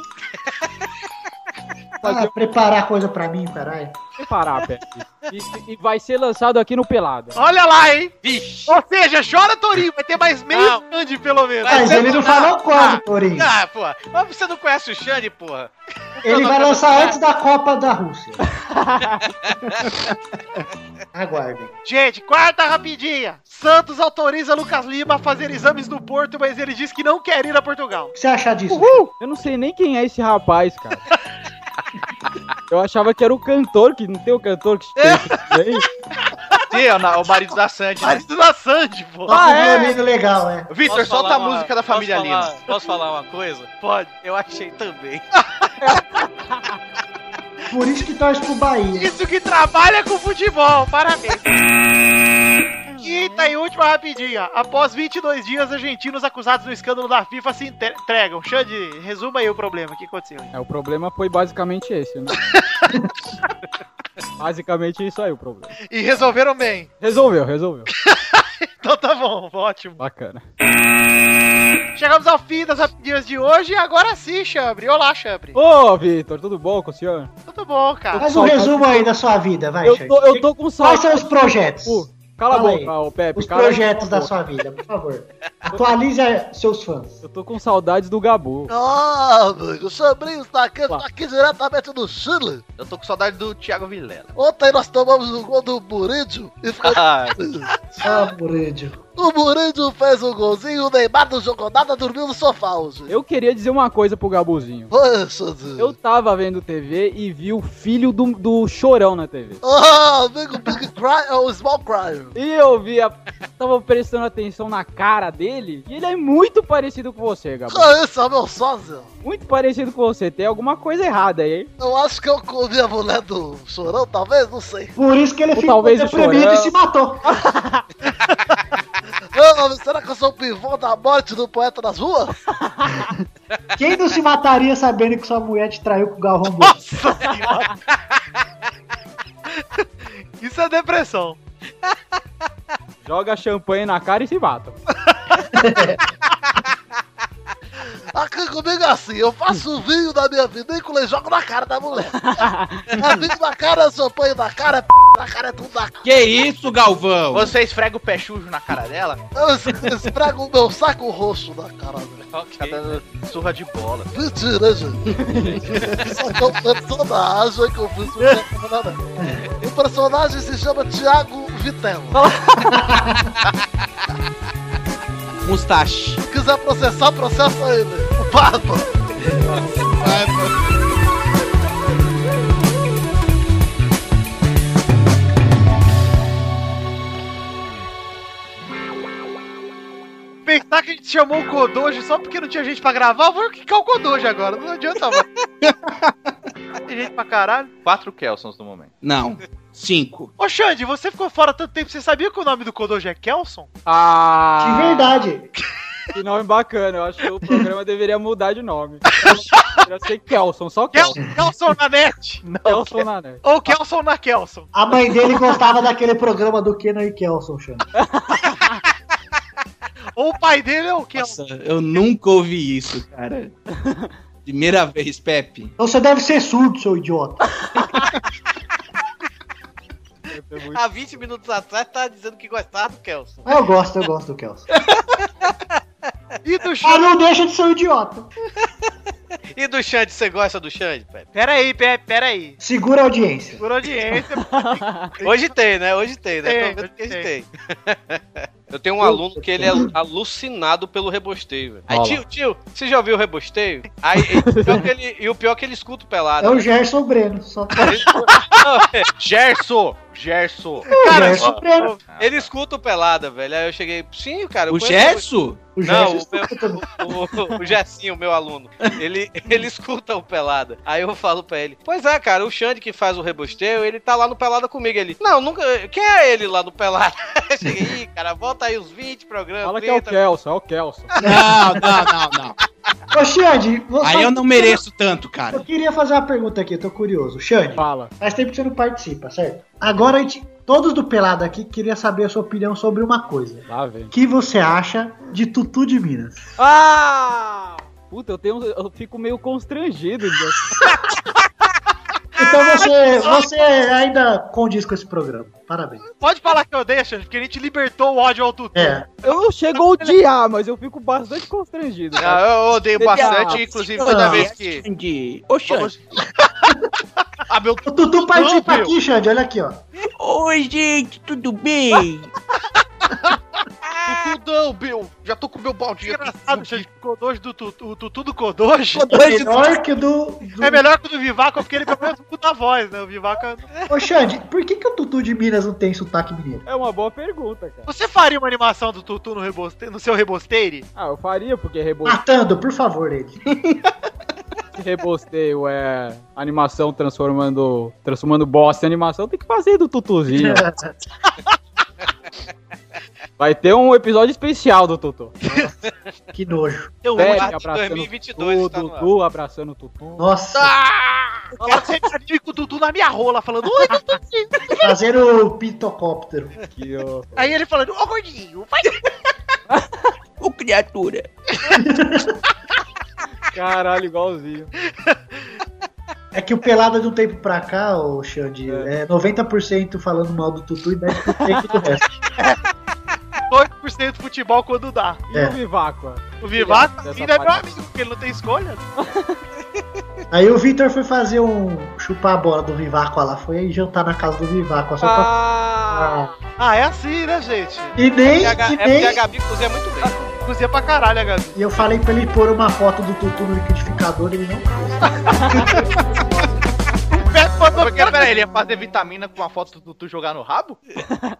Ah, preparar coisa pra mim, caralho.
preparar, Pepe. E, e vai ser lançado aqui no Pelada.
Olha lá, hein?
Vixe.
Ou seja, chora Torinho, vai ter mais meio
Não.
Xande, pelo menos.
Vai
Mas
ser
ele não
do-
falou
Ah,
quando, Torinho.
Ah, porra. Mas você não conhece o Xande, porra.
Ele vai lançar antes da Copa da Rússia. Aguardem.
Gente, quarta rapidinha. Santos autoriza Lucas Lima a fazer exames no Porto, mas ele diz que não quer ir a Portugal.
O que você achar disso?
Uhul! Eu não sei nem quem é esse rapaz, cara. Eu achava que era o cantor, que não tem o cantor que tem esse
Sim, é o na- o marido da Sandy. né?
Marido da Sandy, pô.
Ah,
Nossa, meu amigo um legal, é.
Vitor,
Posso
solta
falar
a
uma-
música da
posso
família
falar-
Lima.
Posso falar uma coisa?
Pode.
Eu achei também.
Por isso que torce pro Bahia.
Isso que trabalha com futebol, parabéns. Quinta e última rapidinha. Após 22 dias, argentinos acusados do escândalo da FIFA se entre- entregam. Xande, resuma aí o problema. O que aconteceu?
É, o problema foi basicamente esse, né? basicamente isso aí o problema.
E resolveram bem.
Resolveu, resolveu.
Então tá bom, ótimo.
Bacana.
Chegamos ao fim das rapidinhas de hoje. E agora sim, Chambre. Olá, Chambre.
Ô, Vitor, tudo bom com o senhor?
Tudo bom, cara.
Faz um resumo aí da sua vida, vai,
Eu
Xande.
tô, eu tô com
Quais
saudade.
são os projetos?
Pô, Cala a
Fala
boca,
aí.
ô Pepe.
Os
cala a
projetos da
boca.
sua vida, por favor. Atualize a- seus fãs.
Eu tô com saudades do Gabu.
Ah, amigo, o Chambrinho está aqui, está aqui diretamente do Chile.
Eu tô com saudade do Thiago Vilela.
Ontem nós tomamos um gol do Burídio e ficou.
Ah,
Ah, Burídio.
o Burídio fez um golzinho, o Neymar não jogou nada, dormiu no sofá hoje.
Eu queria dizer uma coisa pro Gabuzinho.
Poxa, Deus.
Eu tava vendo TV e vi o filho do, do Chorão na TV.
Ah, amigo, Big Cry é o Small Cry.
E eu via, tava prestando atenção na cara dele, e ele é muito parecido com você, Gabu.
Ah, esse é meu sósia.
Muito parecido com você. Tem alguma coisa errada aí, hein?
Eu acho que eu comi a mulher do chorão, talvez, não sei.
Por isso que ele ficou
talvez o
deprimido
Chorão.
e se matou.
Ah, será que eu sou o pivô da morte do poeta das ruas?
Quem não se mataria sabendo que sua mulher te traiu com o Galvão Bueno?
Nossa senhora. Isso é depressão.
Joga champanhe na cara e se mata.
Aqui comigo é assim, eu faço vinho da minha vinícola e jogo na cara da mulher. É vinho na cara, é champanhe na cara, é p na cara, é tudo na cara.
Que isso, Galvão?
você esfrega o pé chujo na cara dela?
Eu es- esfrego o meu saco roxo na cara dela.
Tá dando surra de bola.
Mentira, hein, gente. Isso aqui é um personagem que eu fiz pro personagem. O personagem se chama Thiago Vitello.
Mustache.
Se quiser processar, processa ele. O Barba.
Pensar que a gente chamou o Kodoji só porque não tinha gente pra gravar, vou quicar é o Kodoji agora, não adianta mais. Tem gente pra caralho.
Quatro Kelsons no momento.
Não. Cinco.
Ô Xande, você ficou fora tanto tempo, você sabia que o nome do Kodoji é Kelson?
Ah!
De verdade.
Que nome bacana. Eu acho que o programa deveria mudar de nome. Deveria ser Kelson, só Kelson.
Kelson, Kelson na net!
Kelson na net.
Ou Kelson na Kelson.
A mãe dele gostava daquele programa do Kenan e Kelson, Xande.
Ou o pai dele é o Kelson.
Nossa, eu nunca ouvi isso, cara. Primeira vez, Pepe.
Então você deve ser surdo, seu idiota.
É muito-
Há 20 minutos atrás tá dizendo que gostava do Kelson.
Mas eu gosto, eu gosto do Kelson.
E do
Mas
Xande.
não deixa de ser um idiota.
E do Xande, você gosta do Xande, Pepe?
Pera aí, Pepe, pera aí.
Segura a audiência.
Por audiência,
Hoje tem, né? Hoje tem, né?
Tem,
Pelo menos que
hoje
hoje tem. Eu tenho um aluno que ele é alucinado pelo rebosteio, velho. Aí,
Olha
tio, tio, você já ouviu o rebosteio? Aí, e, o pior que
É
né? ele, e o pior que ele escuta o pelado.
É o Gerson Breno. Só...
Gerson!
Gerson.
Cara,
Gerson
ó,
Prêmio.
ó, ele escuta o Pelada, velho. Aí eu cheguei, sim, cara. eu
O
conheço-
Gerson?
O
Não,
Jorge
o,
tá
meu, o, o, o Gessinho, meu aluno, ele, ele escuta o Pelada. Aí eu falo pra ele, pois é, cara, o Xande que faz o rebosteu, ele tá lá no Pelada comigo. Ele, não, nunca, quem é ele lá no Pelada? Eu Cheguei, "Ih, cara, volta aí os 20 programas,
Fala que é o
30."
Kelson, é o Kelson.
Não, não, não, não.
Ô, Xande, você...
Aí eu não mereço tanto, cara.
Eu queria fazer uma pergunta aqui, eu tô curioso. Xande,
Fala.
faz tempo que você não participa, certo? Agora a gente, todos do Pelado aqui queria saber a sua opinião sobre uma coisa.
Lá vem.
O que você acha de Tutu de Minas?
Ah!
Puta, eu tenho. um, Eu fico meio constrangido. gente.
Então você, você ainda condiz com esse programa. Parabéns.
Pode falar que eu odeio, Xande, porque a gente libertou o ódio ao Tutu.
É,
Eu não chego a odiar, mas eu fico bastante constrangido.
Não,
cara.
eu odeio bastante, inclusive toda
Ah.
vez que.
Xande. Ô, Xande.
Ah, meu
o Tutu participa
meu.
aqui, Xande, olha aqui, ó.
Oi, gente, tudo bem?
tudão, Bill! Já tô com meu baldinho aqui.
Engraçado, Xande, o Kodoji do Tutu, o Tutu do Kodoji
Hoje-
Melhor que o É do... do...
é melhor que o do Vivaco, porque ele pelo menos muda a voz, né? O Vivaco.
Ô, Xande, por que, que o Tutu de Minas não tem sotaque mineiro?
É uma boa pergunta, cara.
Você faria uma animação do Tutu no, reboste... no seu rebosteire?
Ah, eu faria, porque rebo-
Matando, por favor, ele.
se rebosteio é animação transformando. transformando bosta em animação, tem que fazer do tutuzinho. Vai ter um episódio especial do Tutu.
que nojo.
Tem um
Pega,
debate de
abraçando
2022
O
tá no ar.
Dudu abraçando o Tutu.
Nossa,
Fala que você anime com o Tutu na minha rola, falando, oi, Tutu.
fazer o pitocóptero.
Que, ó,
Aí ele falando, ô gordinho, vai.
Ô, criatura.
caralho, igualzinho.
É que o Pelada de um tempo pra cá, ô Xande, é 90% falando mal do Tutu e 10% do resto.
2% futebol quando dá.
E o Viváqua?
O Vivaco
Dessa
ainda é meu
parte.
amigo, porque ele não tem escolha. né?
Aí o Victor foi fazer um. chupar a bola do Vivaco lá, foi aí jantar na casa do Vivaco só pra.
Ah!
Ah, é assim, né, gente?
E nem.
É porque
E
a- é porque a
nem.
Gabi cozinha muito bem.
Cozinha pra
né,
caralho, a Gabi.
E eu falei pra ele pôr uma foto do Tutu no liquidificador e ele não pôs.
Porque, peraí, ele ia fazer vitamina com uma foto do Tutu jogar no rabo?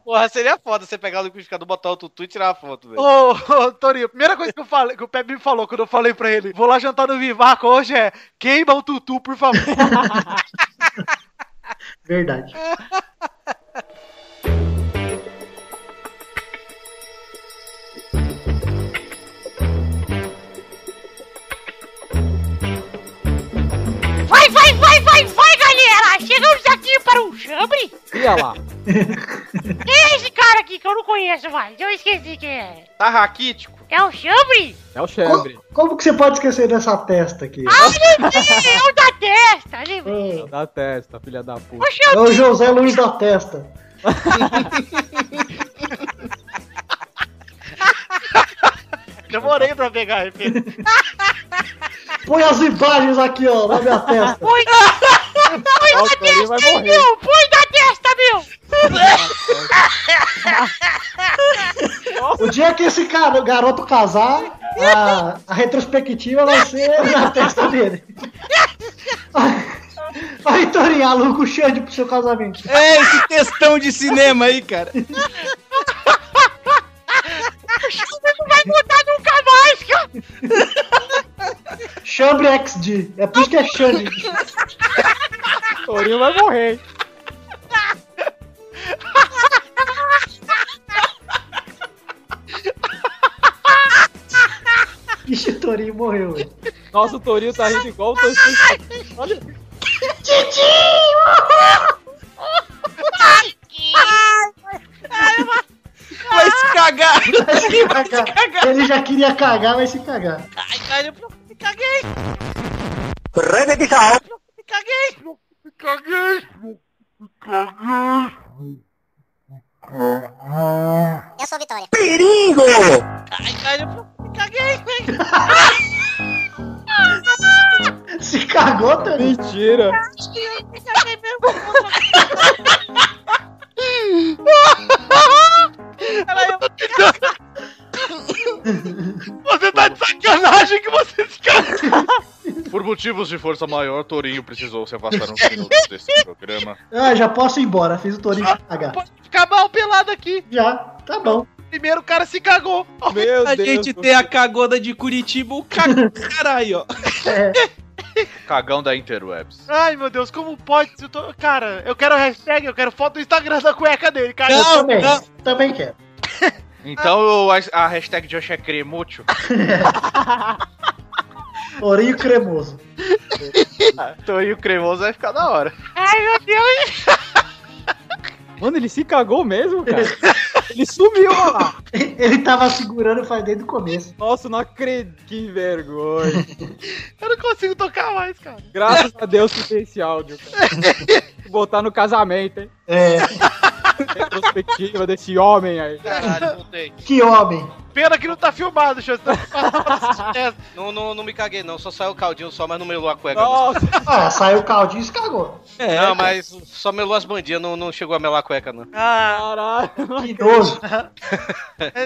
Porra, seria foda você pegar o liquidificador, botar o tutu e tirar a foto, velho.
Ô, ô, Torinho, a primeira coisa que, eu falei, que o Pepe me falou quando eu falei pra ele, vou lá jantar no Vivaco hoje é queima o Tutu, por favor.
Verdade.
Vai, vai, vai, vai, vai, galera! Chegamos aqui para o chambre!
Ia lá.
Quem é esse cara aqui que eu não conheço mais? Eu esqueci quem é.
Tá raquítico?
É o chambre?
É o Chambre.
Como que você pode esquecer dessa testa aqui?
Ah!
Sim, é o da testa, lembrei.
É
Da testa, filha da puta.
Ô, chambre,
o José Luiz da Testa.
Demorei pra pegar a referência.
Põe as imagens aqui, ó, na minha testa.
põe, põe
Ó,
da
o Torinho vai
testa,
morrer.
meu! Põe da testa, meu!
O dia que esse cara, garoto casar, a, a retrospectiva vai ser na testa dele. Aí, Torinho, aluga o Xande pro seu casamento.
É esse textão de cinema aí, cara.
A chave não vai mudar nunca mais, cara!
Chambre XD. É por isso que é Xande.
O Torinho vai morrer, hein?
Ixi, Torinho morreu. velho.
Nossa, o Torinho tá rindo igual o Torinho. Olha,
Vai se cagar.
Vai se cagar. Ele já queria cagar, vai se cagar.
Ai, cara, eu me caguei! Me caguei! Me caguei!
Eu sou Vitória.
Ai, cara, eu me caguei!
Se cagou, Torinho?
mentira.
Eu me caguei mesmo!
Você tá de sacanagem que você se
Por
motivos de força maior, Torinho precisou se afastar uns minutos desse programa.
Ah, já posso ir embora. Fiz o Torinho cagar.
Pode ficar mal pelado aqui.
Já, tá bom.
Primeiro o cara se cagou.
Meu a gente tem a cagoda de Curitiba, o cagão caralho, ó. É.
Cagão da Interwebs.
Ai, meu Deus, como pode? se eu tô- Cara, eu quero hashtag, eu quero foto do Instagram da cueca dele, cara.
Eu
Não,
também,
não.
também quero.
Então o- a, a hashtag de hoje é cremútil.
Torinho cremoso.
Torinho cremoso vai ficar da hora.
Ai, meu Deus.
Mano, ele se cagou mesmo, cara. Ele sumiu, ó lá.
Ele tava segurando faz desde o começo.
Nossa, não acredito. Que vergonha.
Eu não consigo tocar mais, cara.
Graças a Deus que tem esse áudio, cara. Vou Botar no casamento, hein?
É,
Retrospectiva desse homem aí.
Caralho, voltei.
que homem.
Pena que não tá filmado, Chance.
Não, não, não me caguei, não. Só saiu o caldinho só, mas não melou a cueca. não.
Nossa,
Ah, saiu o caldinho e se cagou.
É,
não, mas só melou as bandinhas, não, não chegou a melar a cueca, não.
Ah,
caralho.
Que idoso.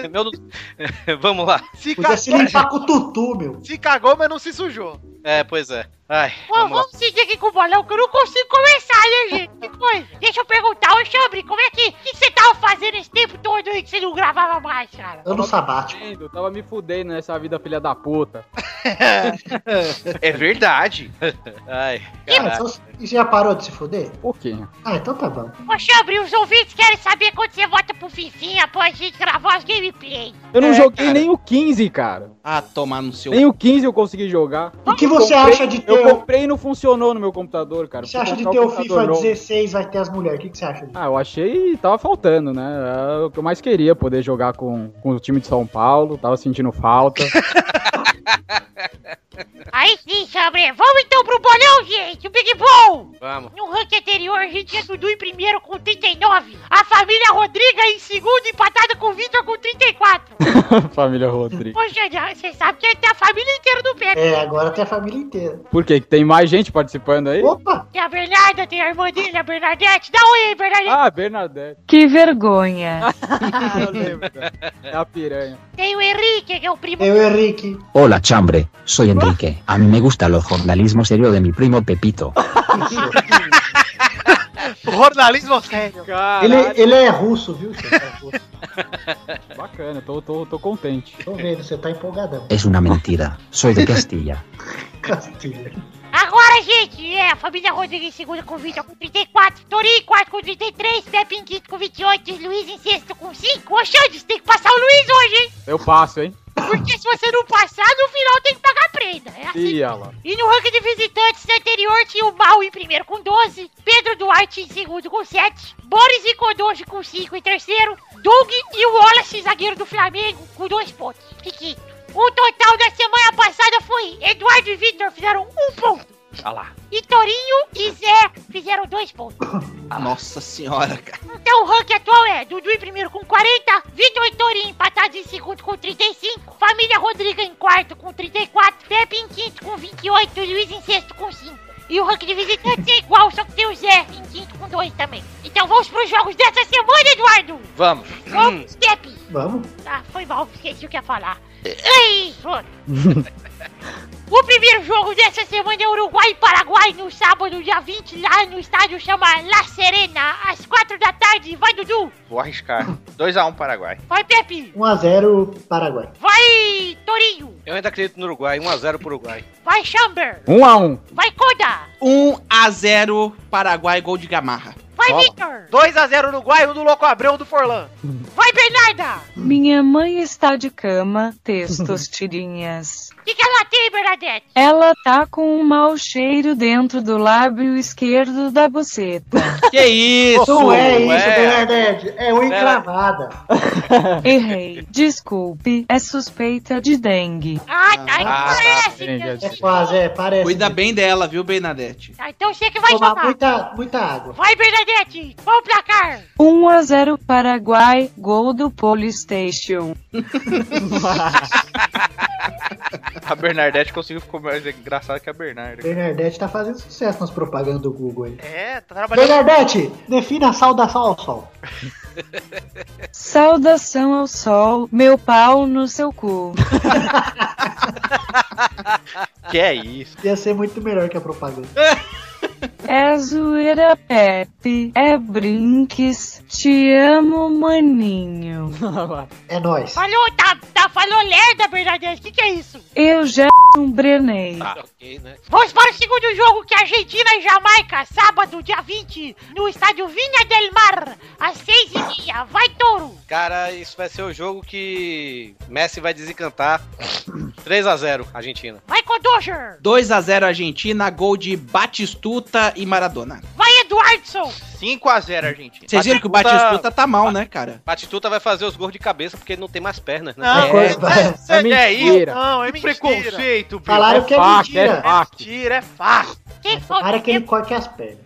Meu Deus. Vamos lá.
se,
Podia
cagou,
se limpar com o tutu, meu.
se cagou, mas não se sujou.
É, pois é. Ai,
Pô,
vamos lá.
vamos seguir aqui com o bolão, que eu não consigo começar, né, gente? Que coisa. Deixa eu perguntar, ô Chambre, como é que... O que que você tava fazendo esse tempo todo aí que você não gravava mais, cara?
Ano sabático.
Eu tava me fudendo nessa vida, filha da puta.
É verdade.
Ai,
Ah,
caralho.
então, e você já parou de se fuder?
Pouquinho.
Ah, então tá bom.
Ô Chambre, os ouvintes querem saber quando você volta pro Fifinha pra gente gravar as gameplay.
Eu
É,
não joguei nem o 15, cara.
Ah, tomar no seu.
Nem o 15 eu consegui jogar.
O que você
comprei-
acha de ter
Eu
o-
comprei e não funcionou no meu computador, cara.
Você
Fui
acha de ter
comprar um
o
computador
FIFA
novo.
16 vai ter as mulheres? O que, que você acha disso?
Ah, eu achei tava faltando, né? Era o que eu mais queria, poder jogar com, com o time de São Paulo, tava sentindo falta.
Aí sim, Chambre. Vamos então pro bolão, gente. O Big Ball.
Vamos.
No ranking anterior, a gente tinha Dudu em primeiro com 39. A família Rodriga em segundo, empatada com o Vitor com 34.
Família Rodrigo.
Poxa, já- você sabe que tem a família inteira do Pepe.
É, agora tem a família inteira.
Por quê? Que Tem mais gente participando aí?
Opa!
Tem É a Bernarda, tem a irmã dele, a Bernadette. Dá um oi aí, Bernadette.
Ah, Bernadette.
Que vergonha.
Ah, eu lembro, cara. É a piranha.
Tem o Henrique, que é o primo.
Tem o Henrique.
Hola, chambre. Soy Enrique. A mí me gusta lo jornalismo serio de mi primo Pepito.
Jornalismo sério.
Caralho,
Ele, ele é russo, viu, chefe? É russo.
bacana, tô, tô, tô contente.
Tô vendo, você tá empolgadão.
Es una mentira. Soy de Castilla.
Castilho.
Agora, gente, é a família Rodriga em segundo com 20 com 34. Torinho em quarto com 33. Pepe em quinto com 28. Luiz em sexto com 5. Ô, Xande, tem que passar o Luiz hoje, hein?
Eu passo, hein?
Porque se você não passar, no final tem que pagar a prenda. É assim
Ih, olha lá.
E no ranking de visitantes anterior tinha o Mal em primeiro com 12, Pedro Duarte em segundo com 7, Boris e Kodoji com 5 em terceiro, Doug e o Wallace, zagueiro do Flamengo, com 2 pontos. E quinto. O total da semana passada foi Eduardo e Victor fizeram 1 um ponto. E Torinho e Zé fizeram 2 pontos.
Nossa senhora, cara.
Então o ranking atual é Dudu em primeiro com 40, Vitor e Torinho empatados em segundo com 35, Família Rodriga em quarto com 34, Pepe em quinto com 28 e Luiz em sexto com 5. E o ranking de visitantes é igual, só que tem o Zé em quinto com 2 também. Então vamos pros jogos dessa semana, Eduardo!
Vamos.
Vamos, Pepe!
Vamos?
Ah, foi mal, esqueci o que ia falar. Ei, mano. O primeiro jogo dessa semana é Uruguai e Paraguai no sábado, dia 20, lá no estádio chama La Serena, às 4 da tarde. Vai, Dudu!
Vou arriscar. 2x1 Paraguai.
Vai, Pepe!
1x0 Paraguai.
Vai, Torinho!
Eu ainda acredito no Uruguai. 1x0 pro Uruguai.
Vai, Chamber!
Um a um.
Vai, Koda!
1x0 Paraguai, gol de Gamarra.
Vai,
Bola.
Victor!
2x0 Uruguai, um do Louco Abreu, um do Forlan.
Vai, Bernarda!
Minha mãe está de cama, textos tirinhas.
O que, que ela tem, Bernadette?
Ela tá com um mau cheiro dentro do lábio esquerdo da buceta.
Que isso?
Não é isso,
é.
Bernadette. É uma encravada.
Errei. Desculpe, é suspeita de dengue.
Ah, tá,
Ah,
parece!
sim,
então.
já
É quase, é, parece.
Cuida bem dela, viu, Bernadette?
Tá, então você que vai
Tomar
chamar.
muita, muita água.
Vai, Bernadette! Qual o placar?
1 a 0 Paraguai, gol do Polystation.
A Bernadette conseguiu ficar mais engraçada que a Bernarda.
Bernadette tá fazendo sucesso nas propagandas do Google aí.
É, tá trabalhando.
Bernadette, defina a saudação ao sol.
Saudação ao sol, meu pau no seu cu.
que é isso?
Ia ser muito melhor que a propaganda.
É zoeira, Pepe. É brinques. Te amo, maninho.
É nóis.
Falou, tá, tá, falou lerda, Bernadette. O que, que é isso?
Eu já um umbrenei.
ok, né?
Vamos para o segundo jogo, que é Argentina e Jamaica, sábado, dia 20, no estádio Vinha del Mar, às 6 e meia. Vai, touro!
Cara, isso vai ser o jogo que Messi vai desencantar. 3 a 0 Argentina.
Vai, Codoger!
2x0 Argentina, gol de Batistuta e Maradona.
Vai, Eduardson!
5x0 Argentina.
Vocês viram que o Batistuta tá mal, né, cara?
Batuta vai fazer os gols de cabeça porque ele não tem mais pernas, né?
Não,
É.
é,
é mentira.
Não, é
Que
mentira.
preconceito, Bill.
Falaram que é
faca,
mentira.
é faca.
Mentira, é fato.
Quem foi?
Para que ele corte as pernas.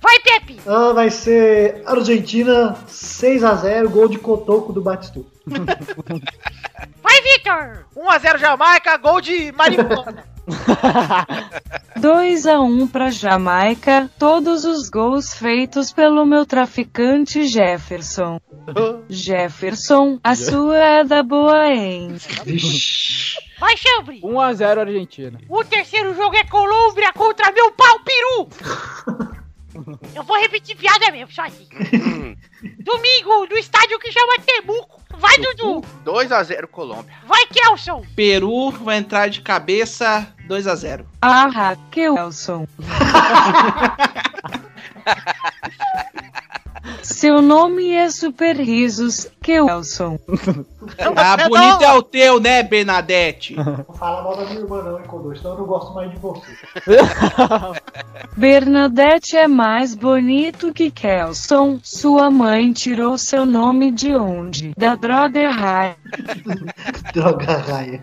Vai, Pepe!
Ah, vai ser Argentina 6x0, gol de cotoco do Batistu.
Vai, Vitor!
1x0 Jamaica, gol de marimbona.
2 a 1 para Jamaica, todos os gols feitos pelo meu traficante Jefferson. Jefferson, a sua é da boa, hein?
Vai, Chambre!
1x0 Argentina.
O terceiro jogo é Colômbia contra meu pau peru! Eu vou repetir piada mesmo, sozinho. Domingo, no estádio que chama Temuco. Vai, Dudu!
2x0 Colômbia.
Vai, Kelson!
Peru vai entrar de cabeça 2x0.
Ah, Raquelson. Seu nome é Super Risos, Kelson.
Ah,
você
bonito
não-
é o teu, né, Bernadette?
Não fala mal da minha irmã, não, hein, Codor, senão eu não gosto mais de você.
Bernadette é mais bonito que Kelson. Sua mãe tirou seu nome de onde? Da droga errada.
Droga, raia.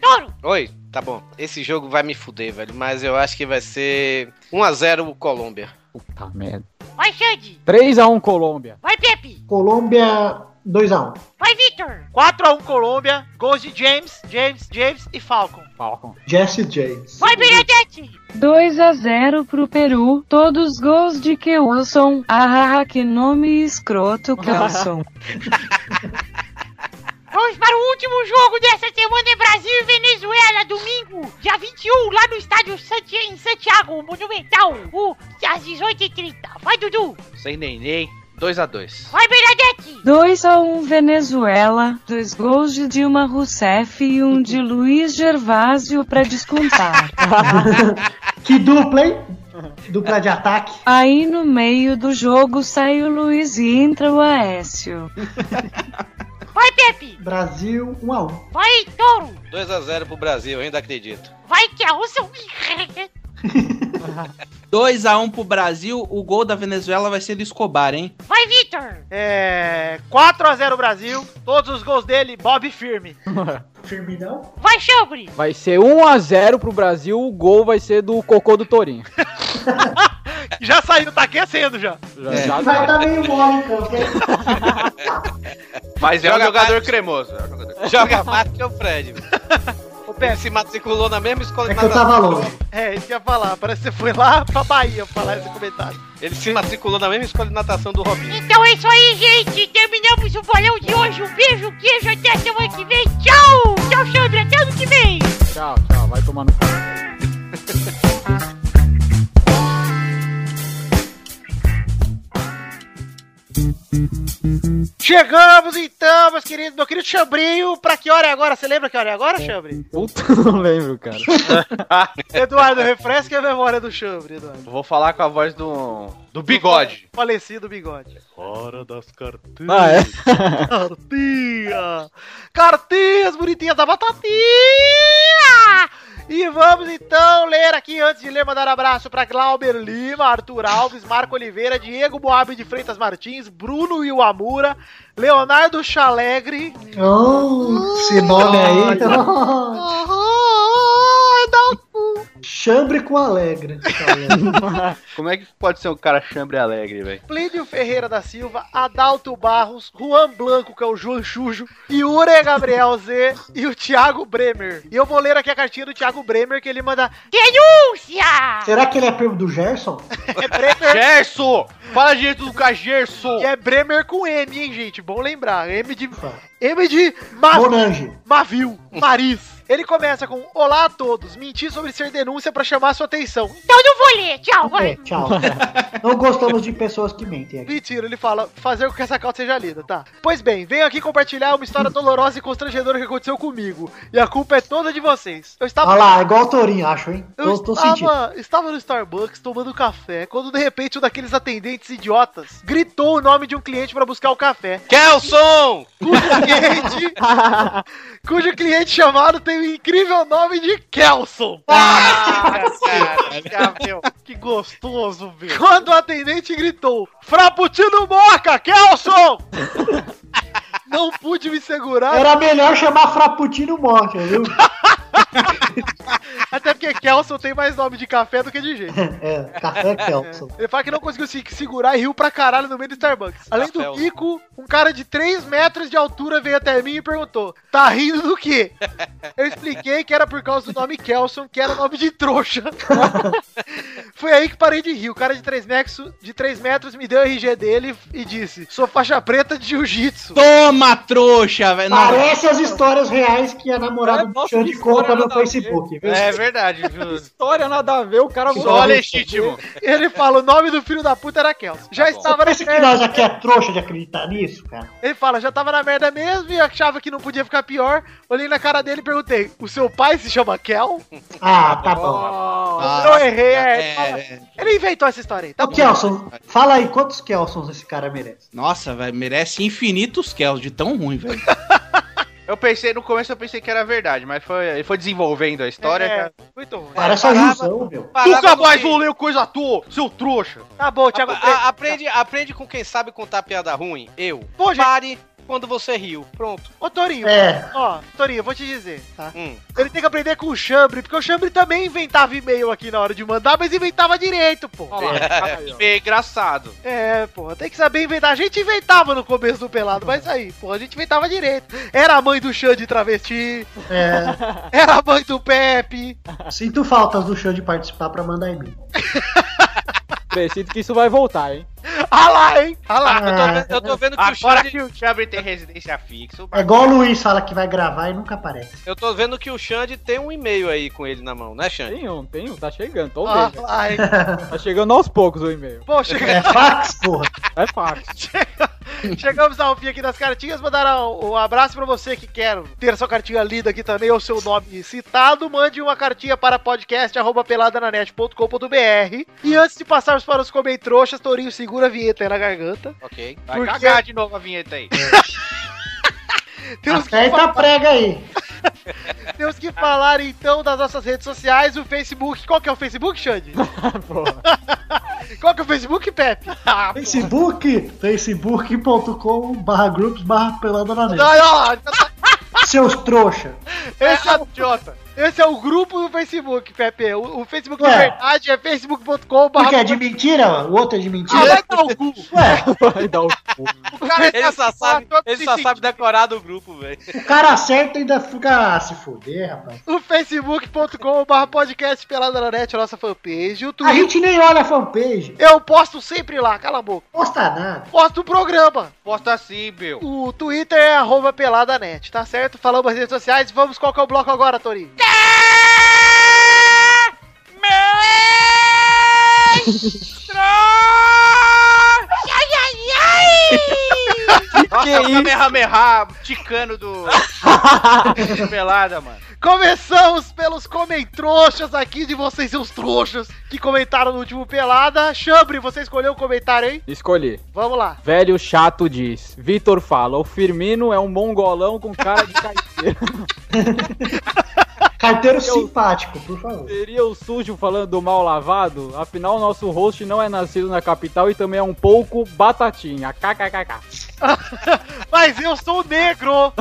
Toro!
Oi, tá bom. Esse jogo vai me fuder, velho. Mas eu acho que vai ser 1x0 Colômbia.
Puta merda.
Vai, Xande!
3x1 Colômbia.
Vai, Pepe!
Colômbia 2x1.
Vai, Vitor!
4x1 Colômbia, gols de James, James, James e Falcon.
Falcon.
Jesse James.
Vai, Bernadette!
2 a 0 pro Peru. Todos gols de Kelson. Ah, que nome escroto, Kelson.
Vamos para o último jogo dessa semana é Brasil e Venezuela, domingo, dia 21, lá no estádio Santi- em Santiago, Monumental, o, às 18h30. Vai, Dudu!
Sem neném. 2x2.
Vai, Bernadette!
2 a 1 Venezuela. Dois gols de Dilma Rousseff e um de Luiz Gervásio pra descontar.
Que dupla, hein? Dupla de ataque.
Aí no meio do jogo sai o Luiz e entra o Aécio.
Vai, Pepe!
Brasil 1x1.
Vai, Touro!
2x0 pro Brasil, eu ainda acredito.
Vai, Kelson!
2x1 pro Brasil, o gol da Venezuela vai ser do Escobar, hein?
Vai, Vitor!
É. 4x0 Brasil, todos os gols dele, Bob firme.
Firminão.
Vai, Chambre!
Vai ser 1x0 pro Brasil, o gol vai ser do Cocô do Torinho.
Já saiu, tá aquecendo já.
Já,
É. Ah,
já-
Vai tá meio mole em campo, hein?
Mas é um
Joga
jogador
mais-
cremoso. é um jogador-
Joga mais que é o Fred. velho.
Ô, Pepe,
Ele se matriculou na mesma escola
É
de
que eu tava longe.
é, isso que eu ia falar. Parece que você foi lá pra Bahia falar esse comentário.
Ele se matriculou na mesma escola de natação do Robinho.
Então é isso aí, gente! Terminamos o bolão de hoje. Um beijo, um queijo, até semana que vem. Tchau! Tchau, Xandre! Até ano que vem!
tchau, tchau. Vai tomar no cu.
Chegamos então, meus queridos, meu querido Chambrinho. Pra que hora é agora? Você lembra que hora é agora, Chambre?
Puta, não lembro, cara.
Eduardo, refresca a memória do Chambre, Eduardo.
Vou falar com a voz do. do bigode.
Falecido bigode.
Hora das cartinhas.
Ah, é?
Cartinha! Cartinhas bonitinhas da batatinha! E vamos então ler aqui, antes de ler, mandar um abraço para Glauber Lima, Arthur Alves, Marco Oliveira, Diego Moab de Freitas Martins, Bruno Iwamura, Leonardo Chalegre.
tá Oh, esse nome aí.
Ah, dá um-
Chambre com alegre.
Como é que pode ser um cara chambre alegre, velho?
Plínio Ferreira da Silva, Adalto Barros, Juan Blanco, que é o Juan Chujo, Yure Gabriel Z e o Thiago Bremer. E eu vou ler aqui a cartinha do Thiago Bremer que ele manda. Denúncia!
Será que ele é primo do Gerson?
É Bremer.
Gerson! Fala direito do cara, Gerson!
E é Bremer com M, hein, gente? Bom lembrar. M de. M de. Ma-
Monange.
Mavil. Mariz. Ele começa com: Olá a todos, menti sobre ser denúncia pra chamar sua atenção.
Então eu não vou ler, tchau.
É,
vai.
tchau. Não gostamos de pessoas que mentem aqui.
Mentira, ele fala fazer com que essa carta seja lida, tá? Pois bem, venho aqui compartilhar uma história dolorosa e constrangedora que aconteceu comigo. E a culpa é toda de vocês. Eu estava.
Olha lá, igual o Torinho, acho, hein?
Tá Eu
Eu tô sentindo.
estava, estava no Starbucks tomando café quando de repente um daqueles atendentes idiotas gritou o nome de um cliente pra buscar o café.
Kelson!
Cujo cliente, cujo cliente chamado tem o incrível nome de Kelson.
Cara, meu.
Que gostoso, velho. Quando o atendente gritou: Frappuccino Moca, Kelson! Não pude me segurar,
Era melhor chamar Frappuccino Morte, viu?
até porque Kelson tem mais nome de café do que de jeito.
É, café Kelson.
Ele fala que não conseguiu se segurar e riu pra caralho no meio do Starbucks. Além do
Café,
Kiko, um cara de 3 metros de altura veio até mim e perguntou: Tá rindo do quê? Eu expliquei que era por causa do nome Kelson, que era nome de trouxa. Foi aí que parei de rir. O cara de 3 metros, de 3 metros me deu o RG dele e disse: Sou faixa preta de jiu-jitsu.
Toma, trouxa, velho. Não,
Parece as histórias reais que a namorada
É,
do
nossa,
Xande
que
conta
história
no
nada a ver.
Facebook, viu?
É verdade, viu?
História nada a ver, o cara
Só legítimo.
Ele fala: O nome do filho da puta era Kelson. Já
bom.
estava
Parece que nós aqui é trouxa de acreditar nisso, cara.
Ele fala, já tava na merda mesmo e achava que não podia ficar pior. Olhei na cara dele e perguntei: o seu pai se chama Kel?
Ah, tá bom.
Ah,
eu errei, é.
é,
fala-
é.
Ele inventou essa história aí, tá
Ô,
bom.
Kelson, fala aí quantos Kelsons esse cara merece.
Nossa, velho, merece infinitos Kells de tão ruim, velho.
Eu pensei, no começo eu pensei que era verdade, mas foi, ele foi desenvolvendo a história.
É,
cara.
muito ruim.
Parece a Jusão, meu.
é
Parada no meio.
ler coisa tua, seu trouxa.
Tá bom, Thiago.
A- a- aprende, aprende com quem sabe contar piada ruim. Eu.
Pô, gente,
Pare quando você riu. Pronto.
ô Torinho,
É,
ó, Torinho, eu vou te dizer, tá?
Hum.
Ele tem que aprender com o Chambre, porque o Chambre também inventava e-mail aqui na hora de mandar, mas inventava direito, pô.
É engraçado.
É, pô, tem que saber inventar. A gente inventava no começo do pelado, mas aí, pô, a gente inventava direito. Era a mãe do Xande travesti,
é.
era a mãe do Pepe.
Sinto faltas do Xande participar pra mandar em mim.
Preciso que isso vai voltar, hein?
Ah lá, hein? Ah lá.
Eu tô, ve- eu tô vendo que o
Tá Agora
Xande,
que o Chambre tem residência fixa, o
É igual o Luiz fala que vai gravar e nunca aparece.
eu tô vendo que o Xande tem um e-mail aí com ele na mão, né, Xande?
Tem um, tem um, tá chegando, tô
Ah,
vendo.
lá, hein?
Tá chegando aos poucos o e-mail.
Bom, chega-
É fax, porra.
É fax.
chegamos ao fim aqui das cartinhas. Mandaram um abraço pra você que quer ter sua cartinha lida aqui também, ou seu nome citado. Mande uma cartinha para podcast.peladananet.com.br. E antes de passarmos para os comentroxas, Tourinho segura a vinheta aí na garganta.
Ok.
Vai
Por quê?
cagar de novo a vinheta aí.
Temos que,
Aperta a
fa-
então prega aí.
temos que falar então das nossas redes sociais, o Facebook. Qual que é o Facebook, Xande? Qual que é o Facebook, Pepe? Ah,
Facebook, facebook.com barra groups barra pelada na net.
olha lá,
Seus trouxa.
Esse é, o idiota. Esse é o grupo do Facebook, Pepe. O, o Facebook de
Ué.
verdade é facebook.com.
Porque é de mentira, ó. o outro é de
Ah,
mentira.
vai dar o cu.
Ué,
Vai dar o
O cara
Ele só
tá
sabe,
todo
ele
se
só sabe decorar do grupo, velho.
É.
o cara certo ainda fica ah, se fuder, rapaz.
O facebook.com.br podcast pelada na net, a nossa fanpage. O
A
Twitter.
gente nem olha a fanpage,
Eu posto sempre lá, cala a boca.
posta nada.
Posto o programa.
Posta assim, meu.
O Twitter é arroba peladanet, tá certo? Falamos as redes sociais. Vamos, qual que é o bloco agora, Tori?
Ai, ai, ai!
Nossa,
Que
é o
isso?
Kamehameha ticano do. do Pelada, mano.
Começamos pelos comentroxas aqui de vocês, seus trouxas, que comentaram no último pelada. Chambre, você escolheu o comentário aí?
Escolhi.
Vamos lá.
Velho chato diz. Vitor fala, o Firmino é um mongolão com cara de caipira.
Carteiro simpático, por favor.
Seria o sujo falando do mal lavado? Afinal, nosso host não é nascido na capital e também é um pouco batatinha. KKKK.
Mas eu sou negro!